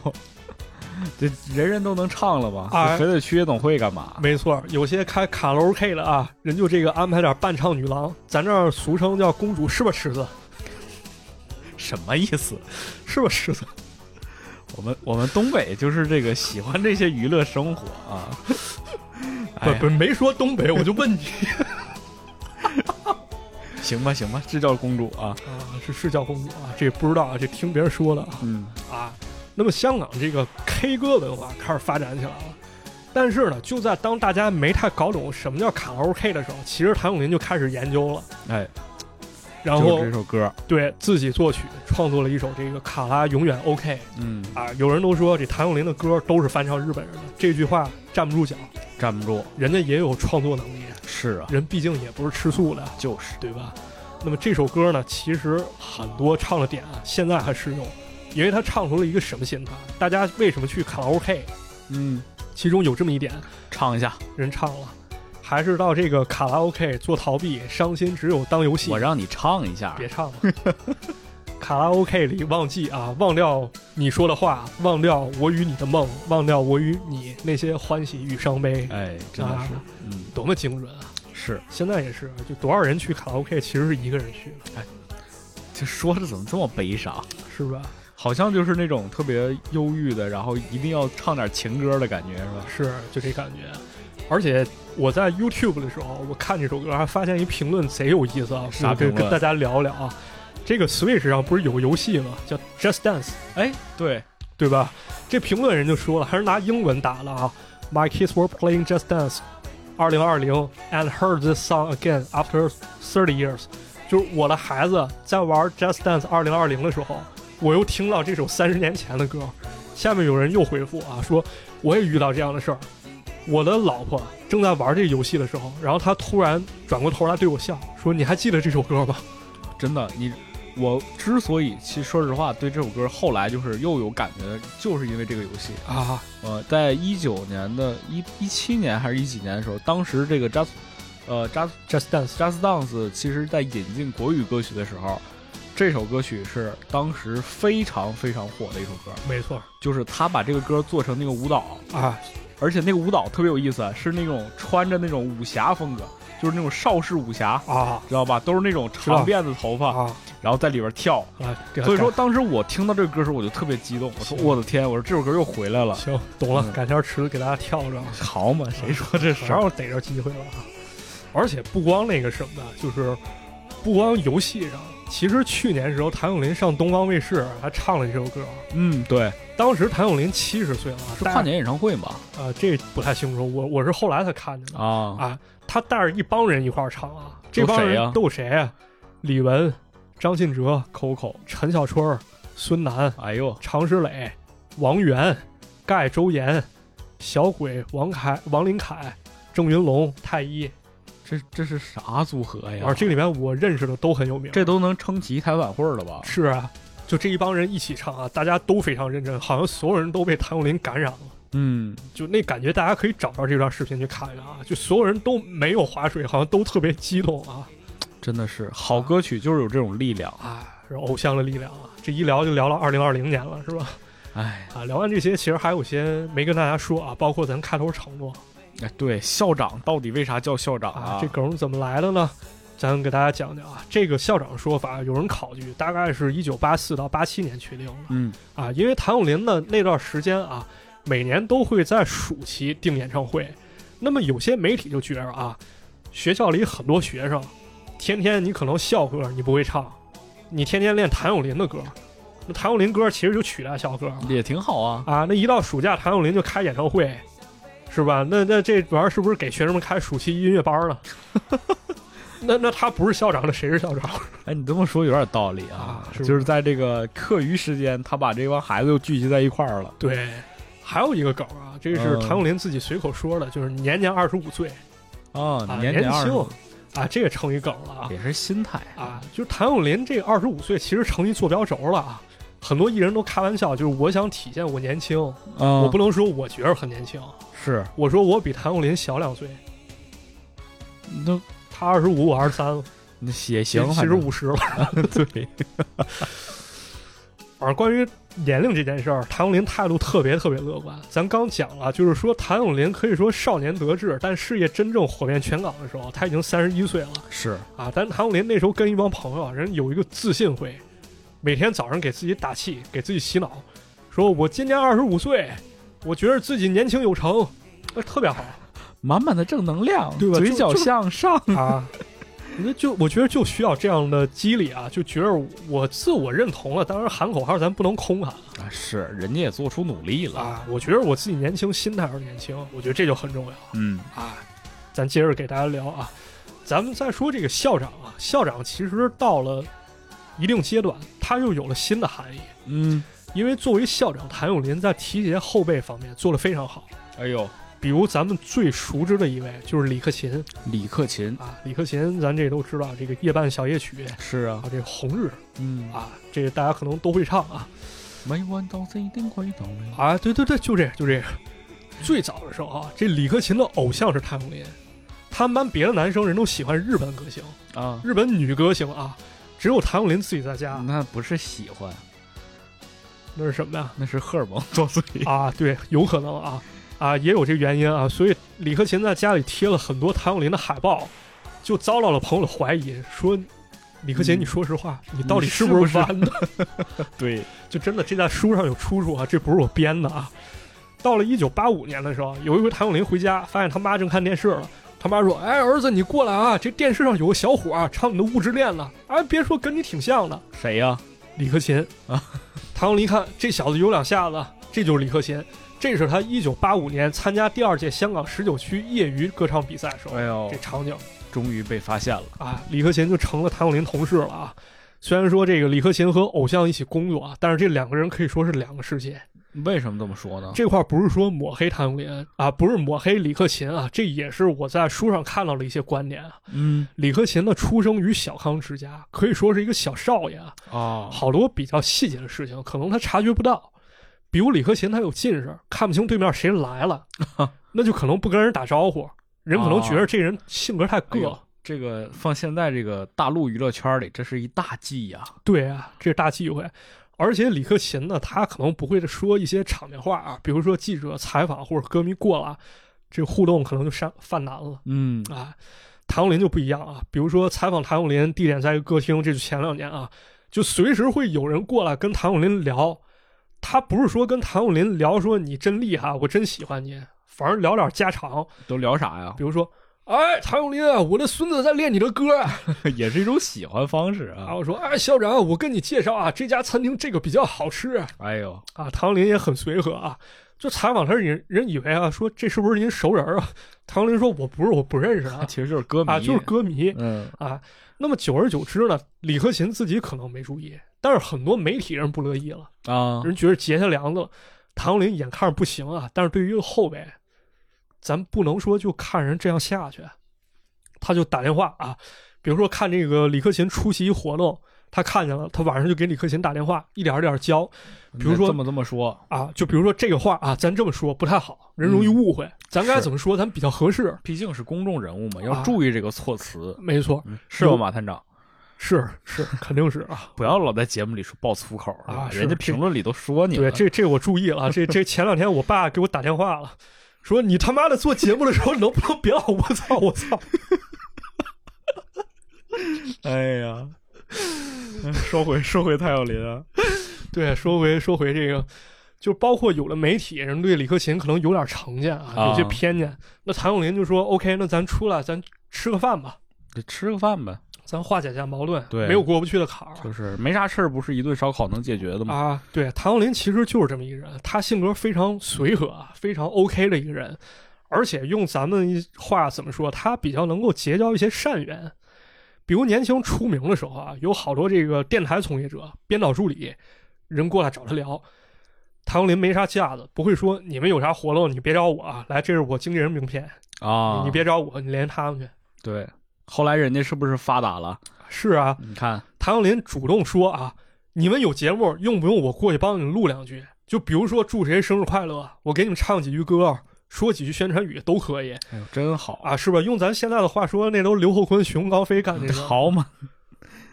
Speaker 1: 这人人都能唱了吧？
Speaker 2: 哎
Speaker 1: 非得去夜总会干嘛？
Speaker 2: 没错，有些开卡拉 OK 的啊，人就这个安排点伴唱女郎，咱这儿俗称叫公主，是吧，池子？
Speaker 1: 什么意思？
Speaker 2: 是吧，池子？
Speaker 1: 我们我们东北就是这个喜欢这些娱乐生活 (laughs) 啊。
Speaker 2: 不
Speaker 1: 哎呀
Speaker 2: 不，没说东北，我就问
Speaker 1: (laughs)
Speaker 2: 你
Speaker 1: 行吧行吧，这叫公主啊。
Speaker 2: 啊，是是叫公主啊？这不知道啊，这听别人说的啊。
Speaker 1: 嗯，
Speaker 2: 啊。那么香港这个 K 歌文化开始发展起来了，但是呢，就在当大家没太搞懂什么叫卡拉 OK 的时候，其实谭咏麟就开始研究了。
Speaker 1: 哎，
Speaker 2: 然
Speaker 1: 就
Speaker 2: 后
Speaker 1: 是这首歌，
Speaker 2: 对自己作曲创作了一首这个《卡拉永远 OK》
Speaker 1: 嗯，
Speaker 2: 啊，有人都说这谭咏麟的歌都是翻唱日本人的，这句话站不住脚，
Speaker 1: 站不住，
Speaker 2: 人家也有创作能力，
Speaker 1: 是啊，
Speaker 2: 人毕竟也不是吃素的，
Speaker 1: 就是，
Speaker 2: 对吧？那么这首歌呢，其实很多唱的点啊，现在还适用，因为他唱出了一个什么心态？大家为什么去卡拉 OK？
Speaker 1: 嗯，
Speaker 2: 其中有这么一点，
Speaker 1: 唱一下，
Speaker 2: 人唱了，还是到这个卡拉 OK 做逃避，伤心只有当游戏。
Speaker 1: 我让你唱一下，
Speaker 2: 别唱了。卡拉 OK 里忘记啊，忘掉你说的话，忘掉我与你的梦，忘掉我与你那些欢喜与伤悲，
Speaker 1: 哎，真的是
Speaker 2: 啊，
Speaker 1: 嗯，
Speaker 2: 多么精准啊！
Speaker 1: 是，
Speaker 2: 现在也是，就多少人去卡拉 OK，其实是一个人去的，
Speaker 1: 这说的怎么这么悲伤？
Speaker 2: 是吧？
Speaker 1: 好像就是那种特别忧郁的，然后一定要唱点情歌的感觉，是吧？
Speaker 2: 是，就这感觉。而且我在 YouTube 的时候，我看这首歌还发现一评论贼有意思啊，
Speaker 1: 啥
Speaker 2: 我跟
Speaker 1: 评论
Speaker 2: 跟大家聊聊啊。这个 Switch 上不是有个游戏吗？叫 Just Dance，
Speaker 1: 哎，对，
Speaker 2: 对吧？这评论人就说了，还是拿英文打了啊。My kids were playing Just Dance 二零二零 and heard this song again after thirty years。就是我的孩子在玩 Just Dance 二零二零的时候，我又听到这首三十年前的歌。下面有人又回复啊，说我也遇到这样的事儿。我的老婆正在玩这个游戏的时候，然后她突然转过头来对我笑，说：“你还记得这首歌吗
Speaker 1: 真的，你我之所以其实说实话对这首歌后来就是又有感觉，就是因为这个游戏。？”
Speaker 2: 啊，
Speaker 1: 呃，在一九年的一一七年还是一几年的时候，当时这个 Just 呃 Just
Speaker 2: 《Just Dance》
Speaker 1: Just Dance 其实在引进国语歌曲的时候，这首歌曲是当时非常非常火的一首歌，
Speaker 2: 没错
Speaker 1: 就是他把这个歌做成那个舞蹈，
Speaker 2: 啊，
Speaker 1: 而且那个舞蹈特别有意思，是那种穿着那种武侠风格，就是那种邵氏武侠，
Speaker 2: 啊
Speaker 1: 知道吧？都是那种
Speaker 2: 知道
Speaker 1: 长辫子头发，
Speaker 2: 啊
Speaker 1: 然后在里边 (laughs) 跳。
Speaker 2: 啊！给她
Speaker 1: 所以说，
Speaker 2: 改
Speaker 1: 当时我听到这个歌的时候，我就特别激动，我说
Speaker 2: 是
Speaker 1: 我的天，我说这首歌又回来了，
Speaker 2: 行，懂了，
Speaker 1: 嗯
Speaker 2: 改天池子给大家跳着，
Speaker 1: 好嘛，谁说这
Speaker 2: 啥时候逮着机会了啊？而且不光那个什么，就是不光游戏上，其实去年时候谭咏麟上东方卫视还唱了这首歌。啊
Speaker 1: 嗯，对，
Speaker 2: 当时谭咏麟七十岁了啊，
Speaker 1: 是
Speaker 2: 带
Speaker 1: 跨年演唱会嘛？
Speaker 2: 啊、这不太清楚，我我是后来才看见的。
Speaker 1: 啊
Speaker 2: 啊，他带着一帮人一块儿唱啊，这帮
Speaker 1: 谁
Speaker 2: 人
Speaker 1: 呀
Speaker 2: 都有谁啊？李玟、张信哲、
Speaker 1: ，Coco，
Speaker 2: 陈小春、孙楠、
Speaker 1: 哎呦，
Speaker 2: 常石磊、王源、盖周岩、小鬼、王凯、王林凯、郑云龙、太一，
Speaker 1: 这这是啥组合哎呀
Speaker 2: 而？这里面我认识的都很有名。
Speaker 1: 这都能撑起一台晚会了吧？
Speaker 2: 是啊，就这一帮人一起唱啊，大家都非常认真，好像所有人都被谭咏麟感染了。
Speaker 1: 嗯，
Speaker 2: 就那感觉，大家可以找到这段视频去看一下啊！就所有人都没有划水，好像都特别激动啊
Speaker 1: 真的是好歌曲就是有这种力量。
Speaker 2: 啊！是偶像的力量啊！这一聊就聊到二零二零年了，是吧？
Speaker 1: 哎，
Speaker 2: 啊，聊完这些，其实还有些没跟大家说啊，包括咱开头承诺
Speaker 1: 哎对，校长到底为啥叫校长
Speaker 2: 啊，这梗怎么来的呢？咱给大家讲讲啊，这个校长说法有人考据，大概是一九八四到八七年确定的
Speaker 1: 嗯，
Speaker 2: 啊，因为谭咏麟的那段时间啊，每年都会在暑期定演唱会，那么有些媒体就觉着啊，学校里很多学生，天天你可能校歌你不会唱，你天天练谭咏麟的歌，那谭咏麟歌其实就取代校歌了。
Speaker 1: 也挺好啊。
Speaker 2: 啊，那一到暑假，谭咏麟就开演唱会，是吧？那那这玩意儿是不是给学生们开暑期音乐班呢？那那他不是校长，那谁是校长？
Speaker 1: 哎，你这么说有点道理啊
Speaker 2: 啊，是不是
Speaker 1: 就是在这个课余时间，他把这帮孩子又聚集在一块儿了。
Speaker 2: 对，还有一个梗啊，这是
Speaker 1: 嗯
Speaker 2: 谭咏麟自己随口说的，就是年年二十五岁
Speaker 1: 啊
Speaker 2: 啊，，
Speaker 1: 年
Speaker 2: 年
Speaker 1: 二十
Speaker 2: 轻啊，这也成一梗了啊
Speaker 1: 也是心态
Speaker 2: 啊！就是谭咏麟这二十五岁，其实成一坐标轴了啊。很多艺人都开玩笑，就是我想体现我年轻，
Speaker 1: 啊
Speaker 2: 我不能说我觉着很年轻，
Speaker 1: 是
Speaker 2: 我说我比谭咏麟小两岁，
Speaker 1: 那
Speaker 2: 他二十五，我二十三，
Speaker 1: 那也行，
Speaker 2: 其
Speaker 1: 反
Speaker 2: 实
Speaker 1: 正
Speaker 2: 五十了。
Speaker 1: (laughs) 对，
Speaker 2: (laughs) 而关于年龄这件事儿，谭咏麟态度特别特别乐观。咱刚讲了，就是说谭咏麟可以说少年得志，但事业真正火遍全港的时候，他已经三十一岁了
Speaker 1: 是
Speaker 2: 啊。但是谭咏麟那时候跟一帮朋友啊，人有一个自信会，每天早上给自己打气，给自己洗脑，说我今年二十五岁，我觉得自己年轻有成，那特别好
Speaker 1: 满满的正能量，
Speaker 2: 对吧
Speaker 1: 嘴
Speaker 2: 就
Speaker 1: 角
Speaker 2: 就是
Speaker 1: 向上。
Speaker 2: (laughs) 啊。那就我觉得就需要这样的激励啊，就觉得我自我认同了。当然喊口号咱不能空喊。
Speaker 1: 啊，是，人家也做出努力了。
Speaker 2: 啊，我觉得我自己年轻，心态而年轻，我觉得这就很重要啊
Speaker 1: 嗯，
Speaker 2: 啊。咱接着给大家聊啊，咱们再说这个校长啊，校长其实到了一定阶段，他又有了新的含义，
Speaker 1: 嗯，
Speaker 2: 因为作为校长，谭咏麟在提携后辈方面做得非常好。
Speaker 1: 哎呦，
Speaker 2: 比如咱们最熟知的一位就是李克勤
Speaker 1: 李克勤
Speaker 2: 啊，李克勤咱这都知道，这个夜半小夜曲
Speaker 1: 是啊
Speaker 2: 啊，，这个红日
Speaker 1: 嗯，
Speaker 2: 啊，这个大家可能都会唱啊
Speaker 1: 没玩到这一定会倒霉
Speaker 2: 啊，对对对，就这就这个。最早的时候啊，这李克勤的偶像是谭咏麟，他们班别的男生人都喜欢日本歌星，
Speaker 1: 啊，
Speaker 2: 日本女歌星啊，只有谭咏麟自己在家，
Speaker 1: 那不是喜欢，
Speaker 2: 那是什么呀？
Speaker 1: 那是荷尔蒙作祟。
Speaker 2: 啊，对，有可能啊，啊，也有这个原因啊，所以李克勤在家里贴了很多谭咏麟的海报，就遭到了朋友的怀疑，说李克勤，
Speaker 1: 嗯
Speaker 2: 你说实话，你到底
Speaker 1: 你
Speaker 2: 是
Speaker 1: 是
Speaker 2: 不
Speaker 1: 不
Speaker 2: 是
Speaker 1: 是
Speaker 2: 弯的？
Speaker 1: 对，
Speaker 2: 就真的这在书上有出处啊，这不是我编的啊。到了一九八五年的时候，有一回谭咏麟回家，发现他妈正看电视了。他妈说：“哎，儿子，你过来啊！这电视上有个小伙儿唱你的《物质恋》呢。哎，别说跟你挺像的，
Speaker 1: 谁呀？
Speaker 2: 李克勤
Speaker 1: 啊。
Speaker 2: 唐咏麟一看这小子有两下子，这就是李克勤。这是他一九八五年参加第二届香港十九区业余歌唱比赛时候、
Speaker 1: 哎呦
Speaker 2: 这，场景
Speaker 1: 终于被发现了。
Speaker 2: 啊，李克勤就成了谭咏麟同事了啊。虽然说这个李克勤和偶像一起工作啊，但是这两个人可以说是两个世界。
Speaker 1: 为什么这么说呢？
Speaker 2: 这块儿不是说抹黑谭咏麟啊，不是抹黑李克勤啊，这也是我在书上看到的一些观点啊。
Speaker 1: 嗯
Speaker 2: 李克勤呢，出生于小康之家，可以说是一个小少爷啊。
Speaker 1: 啊，
Speaker 2: 好多比较细节的事情，可能他察觉不到。比如李克勤他有近视，看不清对面谁来了，那就可能不跟人打招呼，人可能觉得这人性格太
Speaker 1: 哦哎
Speaker 2: 个。
Speaker 1: 呦这个放现在这个大陆娱乐圈里，这是一大忌呀、
Speaker 2: 对啊，这是大忌讳。而且李克勤呢，他可能不会说一些场面话啊，比如说记者采访或者歌迷过来，这个互动可能就上犯难了。
Speaker 1: 嗯
Speaker 2: 啊，谭咏麟就不一样啊。比如说采访谭咏麟，地点在一个歌厅，这是前两年啊，就随时会有人过来跟谭咏麟聊。他不是说跟谭咏麟聊说你真厉害，我真喜欢你，反而聊点家常，
Speaker 1: 都聊啥呀
Speaker 2: 比？如说。哎，谭咏麟啊，我的孙子在练你的歌啊！
Speaker 1: (laughs) 也是一种喜欢方式
Speaker 2: 然
Speaker 1: 啊。
Speaker 2: 后说，哎，校长，我跟你介绍啊，这家餐厅这个比较好吃啊。
Speaker 1: 哎呦，
Speaker 2: 谭咏麟也很随和啊，就采访他人人以为啊，说这是不是您熟人啊？谭咏麟说，我不是，我不认识啊
Speaker 1: 其， (laughs) 实就是歌迷
Speaker 2: 啊，就是歌迷。
Speaker 1: 嗯
Speaker 2: 啊。那么久而久之呢，李克勤自己可能没注意，但是很多媒体人不乐意了，
Speaker 1: 啊，
Speaker 2: 人觉得结下梁子了。唐林眼看着不行啊，但是对于一个后辈，咱不能说就看人这样下去。啊他就打电话啊，比如说看这个李克勤出席一活动，他看见了，他晚上就给李克勤打电话，一点儿一点儿教
Speaker 1: 比
Speaker 2: 比如说
Speaker 1: 这么这么说，
Speaker 2: 啊，就比如说这个话啊，咱这么说不太好，人容易
Speaker 1: 嗯
Speaker 2: 误会，咱该
Speaker 1: 是
Speaker 2: 怎么说，咱比较合适。
Speaker 1: 毕竟是公众人物嘛，
Speaker 2: 啊
Speaker 1: 要注意这个措辞，
Speaker 2: 没错，
Speaker 1: 是吧，
Speaker 2: 有
Speaker 1: 马探长？
Speaker 2: 是是，肯定是啊。
Speaker 1: 不要老在节目里说爆粗口是吧
Speaker 2: 啊是
Speaker 1: 人家
Speaker 2: 这
Speaker 1: 评论里都说你
Speaker 2: 对，
Speaker 1: 了。
Speaker 2: 这这我注意了啊，这这前两天我爸给我打电话了，说你他妈的做节目的时候能不能别老我操我操， (laughs)
Speaker 1: 哎
Speaker 2: (laughs)
Speaker 1: 呀，说回说回谭咏麟啊，
Speaker 2: 对，说回说回这个，就包括有了媒体人对李克勤可能有点成见啊，
Speaker 1: 啊
Speaker 2: 有些偏见。那谭咏麟就说 OK，那咱出来咱吃个饭吧，
Speaker 1: 就吃个饭呗，
Speaker 2: 咱化解一下矛盾，
Speaker 1: 对
Speaker 2: 没有过不去的坎儿。
Speaker 1: 就是没啥事儿，不是一顿烧烤能解决的吗？
Speaker 2: 啊，对，谭咏麟其实就是这么一个人，他性格非常随和，啊非常 OK 的一个人，而且用咱们一话怎么说，他比较能够结交一些善缘。比如年轻出名的时候啊，有好多这个电台从业者、编导助理人过来找他聊，谭咏麟没啥架子，不会说你们有啥活动你别找我啊，来，这是我经纪人名片，
Speaker 1: 啊，
Speaker 2: 你别找我，你联系他们去。
Speaker 1: 对。后来人家是不是发达了？
Speaker 2: 是啊，
Speaker 1: 你看，
Speaker 2: 谭咏麟主动说啊，你们有节目用不用我过去帮你们录两句？就比如说祝谁生日快乐，我给你们唱几句歌，说几句宣传语都可以
Speaker 1: 哎呦，真好
Speaker 2: 啊，是吧？用咱现在的话说，那都刘厚坤、熊高飞干 (laughs) 的。，
Speaker 1: 好嘛，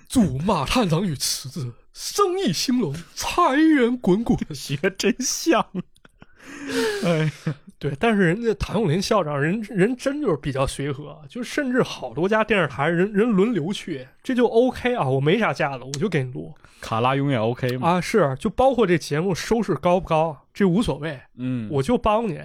Speaker 2: 祝马探长与池子生意兴隆，财源滚 (laughs) 滚。
Speaker 1: 学真像。哎，
Speaker 2: 对，但是人家谭咏麟校长人人真就是比较随和，就甚至好多家电视台人人轮流去，这就 OK 啊，我没啥架子，我就给你录。
Speaker 1: (laughs) 卡拉永远 OK 嘛？
Speaker 2: 啊，是，就包括这节目收视高不高，这无所谓，
Speaker 1: 嗯，
Speaker 2: 我就帮你。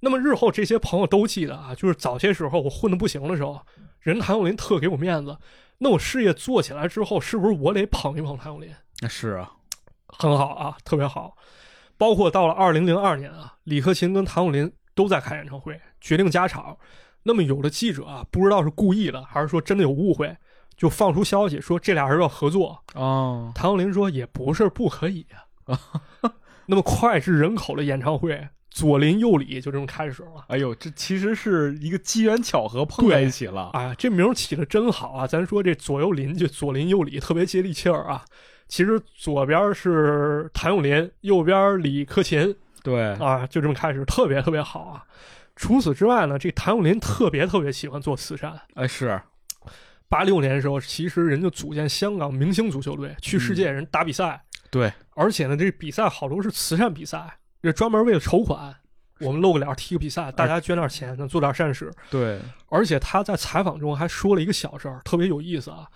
Speaker 2: 那么日后这些朋友都记得啊，就是早些时候我混的不行的时候，人谭咏麟特给我面子。那我事业做起来之后，是不是我得捧一捧谭咏麟？
Speaker 1: 那是啊，
Speaker 2: 很好啊，特别好。包括到了二零零二年啊，李克勤跟谭咏麟都在开演唱会，决定加场。那么有的记者啊，不知道是故意的还是说真的有误会，就放出消息说这俩人要合作。
Speaker 1: 哦，
Speaker 2: 谭咏麟说也不是不可以啊。那么脍炙人口的演唱会，左邻右里就这么开始了。
Speaker 1: 哎呦，这其实是一个机缘巧合碰在一起了。
Speaker 2: 哎呀，这名儿起的真好啊！咱说这左右邻居，左邻右里特别接地气儿啊。其实左边是谭咏麟，右边李克勤
Speaker 1: 对，
Speaker 2: 啊，就这么开始，特别特别好啊。除此之外呢，这谭咏麟特别特别喜欢做慈善。
Speaker 1: 哎是，
Speaker 2: 八六年的时候，其实人就组建香港明星足球队，去世界人打比赛。
Speaker 1: 对，
Speaker 2: 而且呢，这比赛好多是慈善比赛，这专门为了筹款，我们露个脸儿踢个比赛，大家捐点钱，能做点善事。
Speaker 1: 对，
Speaker 2: 而且他在采访中还说了一个小事儿，特别有意思啊。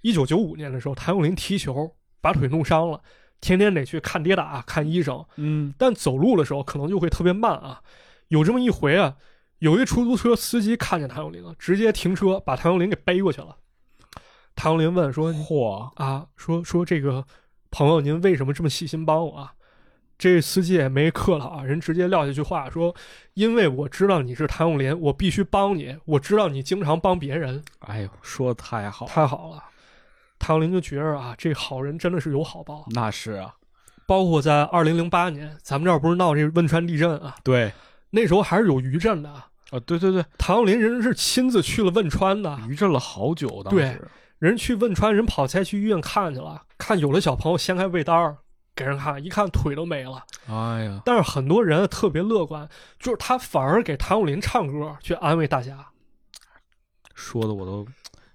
Speaker 2: 一九九五年的时候，谭咏麟踢球把腿弄伤了，天天得去看跌打、看医生，
Speaker 1: 嗯，
Speaker 2: 但走路的时候可能就会特别慢啊。有这么一回啊，有一出租车司机看见谭咏麟了，直接停车把谭咏麟给背过去了。谭咏麟问说：“
Speaker 1: 嚯，
Speaker 2: 啊，说说这个朋友，您为什么这么细心帮我啊？这司机也没客套啊，人直接撂下句话说：“因为我知道你是谭咏麟，我必须帮你。我知道你经常帮别人，
Speaker 1: 哎呦，说的太好了，
Speaker 2: 太好了。”谭咏麟就觉着啊，这好人真的是有好报。
Speaker 1: 那是啊，
Speaker 2: 包括在二零零八年，咱们这儿不是闹这汶川地震啊，
Speaker 1: 对，
Speaker 2: 那时候还是有余震的啊。
Speaker 1: 啊，对对对，
Speaker 2: 谭咏麟人是亲自去了汶川的，
Speaker 1: 余震了好久，当
Speaker 2: 啊对
Speaker 1: 时，
Speaker 2: 人去汶川，人跑灾区医院看去了，看有的小朋友掀开被单儿给人看，一看腿都没了。
Speaker 1: 哎呀，
Speaker 2: 但是很多人特别乐观，就是他反而给谭咏麟唱歌去安慰大家。
Speaker 1: 说的我都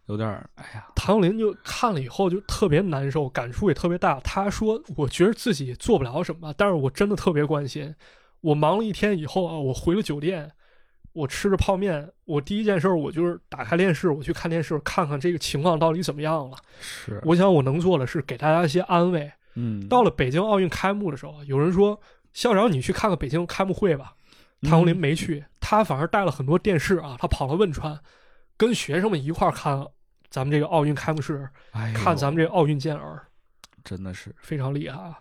Speaker 1: 有点儿，哎呀，
Speaker 2: 谭咏麟就看了以后就特别难受，感触也特别大。他说：“我觉得自己做不了什么，但是我真的特别关心。我忙了一天以后啊，我回了酒店，我吃着泡面，我第一件事儿我就是打开电视，我去看电视，看看这个情况到底怎么样了。
Speaker 1: 是，
Speaker 2: 我想我能做的是给大家一些安慰。
Speaker 1: 嗯，
Speaker 2: 到了北京奥运开幕的时候，有人说校长你去看看北京开幕会吧，
Speaker 1: 嗯
Speaker 2: 谭咏麟没去，他反而带了很多电视啊，他跑了汶川，跟学生们一块儿看咱们这个奥运开幕式，
Speaker 1: 哎呦
Speaker 2: 看咱们这个奥运健儿，
Speaker 1: 真的是，
Speaker 2: 非常厉害啊。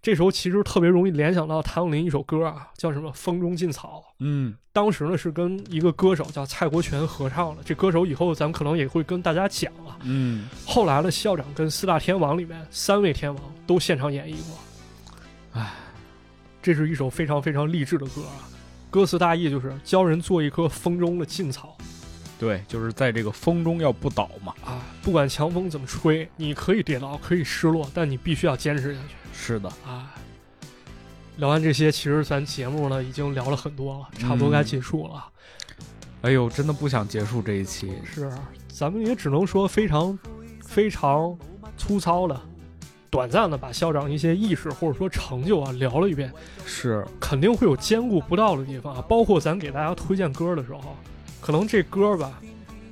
Speaker 2: 这时候其实特别容易联想到谭咏麟一首歌啊，叫什么《风中劲草》。
Speaker 1: 嗯，
Speaker 2: 当时呢是跟一个歌手叫蔡国权合唱的，这歌手以后咱们可能也会跟大家讲啊。
Speaker 1: 嗯，
Speaker 2: 后来的校长跟四大天王里面三位天王都现场演绎过。
Speaker 1: 唉，
Speaker 2: 这是一首非常非常励志的歌啊，歌词大意就是教人做一棵风中的劲草
Speaker 1: 对，就是在这个风中要不倒嘛，
Speaker 2: 啊，不管强风怎么吹，你可以跌倒，可以失落，但你必须要坚持下去
Speaker 1: 是的，
Speaker 2: 啊。聊完这些，其实咱节目呢已经聊了很多了，差不多该
Speaker 1: 嗯
Speaker 2: 结束了。
Speaker 1: 哎呦，真的不想结束这一期，
Speaker 2: 是，咱们也只能说非常非常粗糙的、短暂的把校长一些意识或者说成就啊聊了一遍，
Speaker 1: 是，
Speaker 2: 肯定会有兼顾不到的地方啊。包括咱给大家推荐歌的时候，可能这歌吧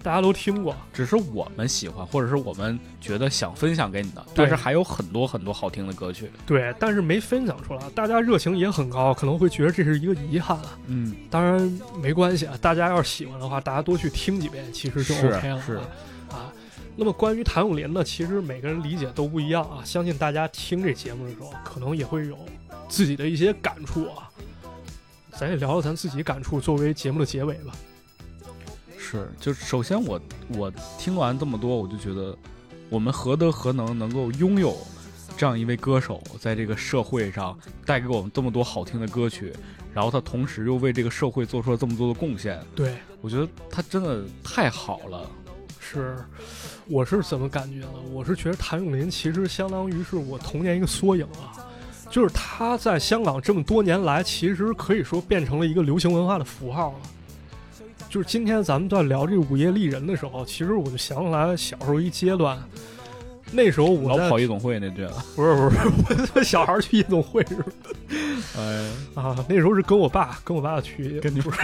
Speaker 2: 大家都听过，
Speaker 1: 只是我们喜欢，或者是我们觉得想分享给你的，
Speaker 2: 对
Speaker 1: 但是还有很多很多好听的歌曲，
Speaker 2: 对，但是没分享出来，大家热情也很高，可能会觉得这是一个遗憾啊。
Speaker 1: 嗯，
Speaker 2: 当然没关系啊，大家要是喜欢的话，大家多去听几遍，其实就是 OK 了啊。
Speaker 1: 是
Speaker 2: 啊，那么关于谭咏麟呢，其实每个人理解都不一样啊。相信大家听这节目的时候，可能也会有自己的一些感触啊。咱也聊聊咱自己感触，作为节目的结尾吧。
Speaker 1: 是，就首先我我听完这么多，我就觉得我们何德何能能够拥有这样一位歌手，在这个社会上带给我们这么多好听的歌曲，然后他同时又为这个社会做出了这么多的贡献，
Speaker 2: 对，
Speaker 1: 我觉得他真的太好了，
Speaker 2: 是，我是怎么感觉呢？我是觉得谭咏麟其实相当于是我童年一个缩影啊。就是他在香港这么多年来，其实可以说变成了一个流行文化的符号了。就是今天咱们在聊这《午夜丽人》的时候，其实我就想起来小时候一阶段，那时候我
Speaker 1: 老
Speaker 2: 在
Speaker 1: 跑夜总会那句了，
Speaker 2: 不是不是不是小孩儿去夜总会是吧？
Speaker 1: (laughs) (laughs) 哎，
Speaker 2: 啊，那时候是跟我爸跟我爸去
Speaker 1: 跟你
Speaker 2: 不是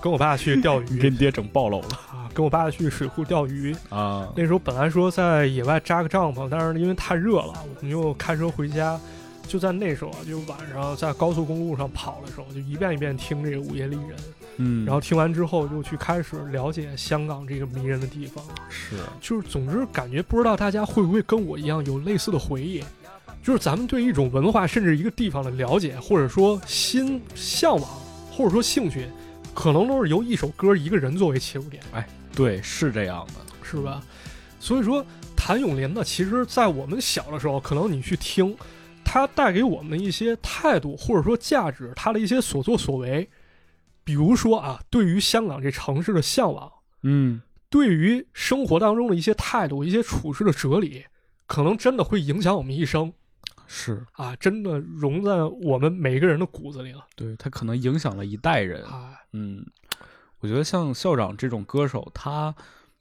Speaker 2: 跟我爸去钓
Speaker 1: 给
Speaker 2: 鱼
Speaker 1: 你爹整暴露了
Speaker 2: 啊，跟我爸去水库钓鱼，
Speaker 1: 啊，
Speaker 2: 那时候本来说在野外扎个帐篷，但是因为太热了，我们就开车回家。就在那时候啊，就晚上在高速公路上跑的时候，就一遍一遍听这个《午夜丽人》，
Speaker 1: 嗯，
Speaker 2: 然后听完之后就去开始了解香港这个迷人的地方。
Speaker 1: 是，
Speaker 2: 就是总之感觉不知道大家会不会跟我一样有类似的回忆，就是咱们对一种文化甚至一个地方的了解，或者说心向往，或者说兴趣，可能都是由一首歌一个人作为切入点，
Speaker 1: 对，是这样的。
Speaker 2: 是吧？所以说，谭咏麟呢，其实在我们小的时候，可能你去听，他带给我们的一些态度或者说价值，他的一些所作所为，比如说啊，对于香港这城市的向往，
Speaker 1: 嗯，
Speaker 2: 对于生活当中的一些态度、一些处事的哲理，可能真的会影响我们一生
Speaker 1: 是
Speaker 2: 啊，真的融在我们每个人的骨子里了
Speaker 1: 对他可能影响了一代人。
Speaker 2: 啊。
Speaker 1: 嗯，我觉得像校长这种歌手，他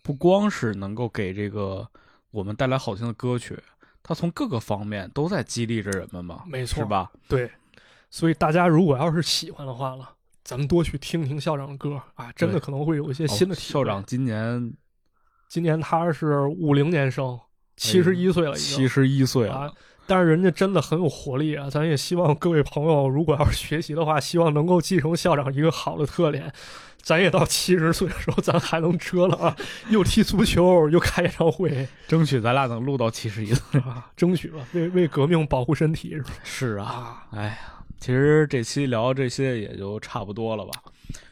Speaker 1: 不光是能够给这个我们带来好听的歌曲，他从各个方面都在激励着人们嘛，
Speaker 2: 没错
Speaker 1: 是吧？
Speaker 2: 对，所以大家如果要是喜欢的话呢，咱们多去听听校长的歌啊，真的
Speaker 1: 对
Speaker 2: 可能会有一些新的
Speaker 1: 哦
Speaker 2: 体会。
Speaker 1: 校长今年
Speaker 2: 今年他是五零年生，七十一岁了已
Speaker 1: 哎七
Speaker 2: 经。
Speaker 1: 十一岁了，
Speaker 2: 啊，但是人家真的很有活力啊！咱也希望各位朋友，如果要是学习的话，希望能够继承校长一个好的特点。咱也到七十岁的时候，咱还能折了啊！又踢足球，又开演唱会，
Speaker 1: 争取咱俩能录到七十一岁。
Speaker 2: 啊，争取吧，为为革命保护身体是吧？
Speaker 1: (laughs) 是啊，
Speaker 2: 啊，
Speaker 1: 哎呀，其实这期聊这些也就差不多了吧。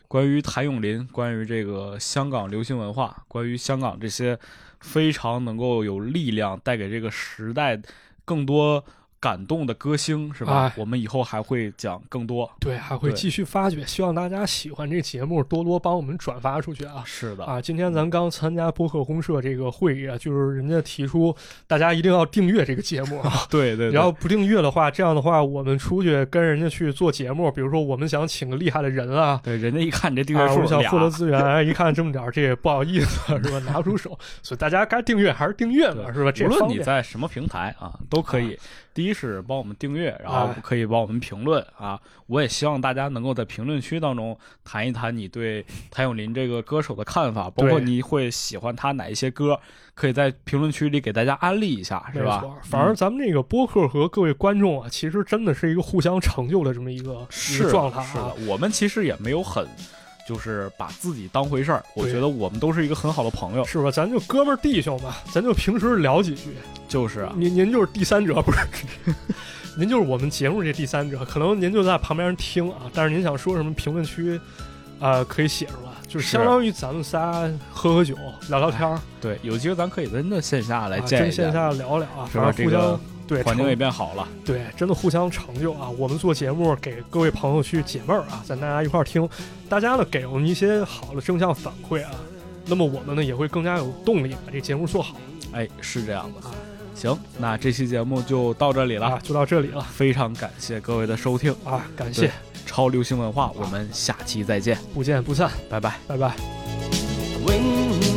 Speaker 1: 关于谭咏麟，关于这个香港流行文化，关于香港这些非常能够有力量带给这个时代更多感动的歌星，是吧？
Speaker 2: 哎
Speaker 1: 我们以后还会讲更多。
Speaker 2: 对，还会
Speaker 1: 对
Speaker 2: 继续发掘，希望大家喜欢这节目，多多帮我们转发出去啊！
Speaker 1: 是的，。
Speaker 2: 啊，今天咱刚参加播客公社这个会议啊，就是人家提出大家一定要订阅这个节目啊
Speaker 1: 对 (laughs) 对对，
Speaker 2: 你要不订阅的话，这样的话，我们出去跟人家去做节目，比如说我们想请个厉害的人啊，
Speaker 1: 对人家一看你这订阅
Speaker 2: 啊，我
Speaker 1: 数
Speaker 2: 们想
Speaker 1: 俩
Speaker 2: 获得资源，哎一看这么点儿，这也不好意
Speaker 1: (laughs)
Speaker 2: 思是吧？拿不出手，所以大家该订阅还是订阅吧，
Speaker 1: 对
Speaker 2: 是吧？这
Speaker 1: 无论
Speaker 2: 方
Speaker 1: 你
Speaker 2: 便
Speaker 1: 在什么平台啊，都可以。第一是帮我们订阅，然后
Speaker 2: 哎
Speaker 1: 可以帮我们评论啊。我也希望大家能够在评论区当中谈一谈你对谭咏麟这个歌手的看法，包括
Speaker 2: 对
Speaker 1: 你会喜欢他哪一些歌，可以在评论区里给大家安利一下，是吧
Speaker 2: 没错？反正
Speaker 1: 嗯
Speaker 2: 咱们这个播客和各位观众啊，其实真的是一个互相成就的这么一个一
Speaker 1: 是
Speaker 2: 个
Speaker 1: 的
Speaker 2: 状态啊。
Speaker 1: 是的，我们其实也没有很。就是把自己当回事儿，我
Speaker 2: 对
Speaker 1: 觉得我们都是一个很好的朋友，
Speaker 2: 是吧？咱就哥们儿弟兄嘛，咱就平时聊几句。
Speaker 1: 就是啊，
Speaker 2: 您您就是第三者，不是？ (laughs) 您就是我们节目这第三者，可能您就在旁边听啊，但是您想说什么，评论区啊、呃可以写出来，就是
Speaker 1: 是
Speaker 2: 相当于咱们仨喝喝酒、聊聊天儿，
Speaker 1: 对，有机会咱可以真的线下来
Speaker 2: 啊，
Speaker 1: 见
Speaker 2: 真
Speaker 1: 一
Speaker 2: 线
Speaker 1: 见，
Speaker 2: 下聊聊啊，
Speaker 1: 是吧
Speaker 2: 反正
Speaker 1: 这
Speaker 2: 互
Speaker 1: 个
Speaker 2: 相对
Speaker 1: 环境也
Speaker 2: 成
Speaker 1: 变好了，
Speaker 2: 对，真的互相成就啊！我们做节目给各位朋友去解闷儿啊，咱大家一块儿听，大家呢给我们一些好的正向反馈啊，那么我们呢也会更加有动力把这节目做好
Speaker 1: 哎，是这样的。行，那这期节目就到这里了
Speaker 2: 啊，，就到这里了
Speaker 1: 非常感谢各位的收听，
Speaker 2: 啊，感
Speaker 1: 对
Speaker 2: 谢，
Speaker 1: 超流行文化，我们下期再见，
Speaker 2: 不见不散，
Speaker 1: 拜拜。
Speaker 2: 拜拜。
Speaker 4: 永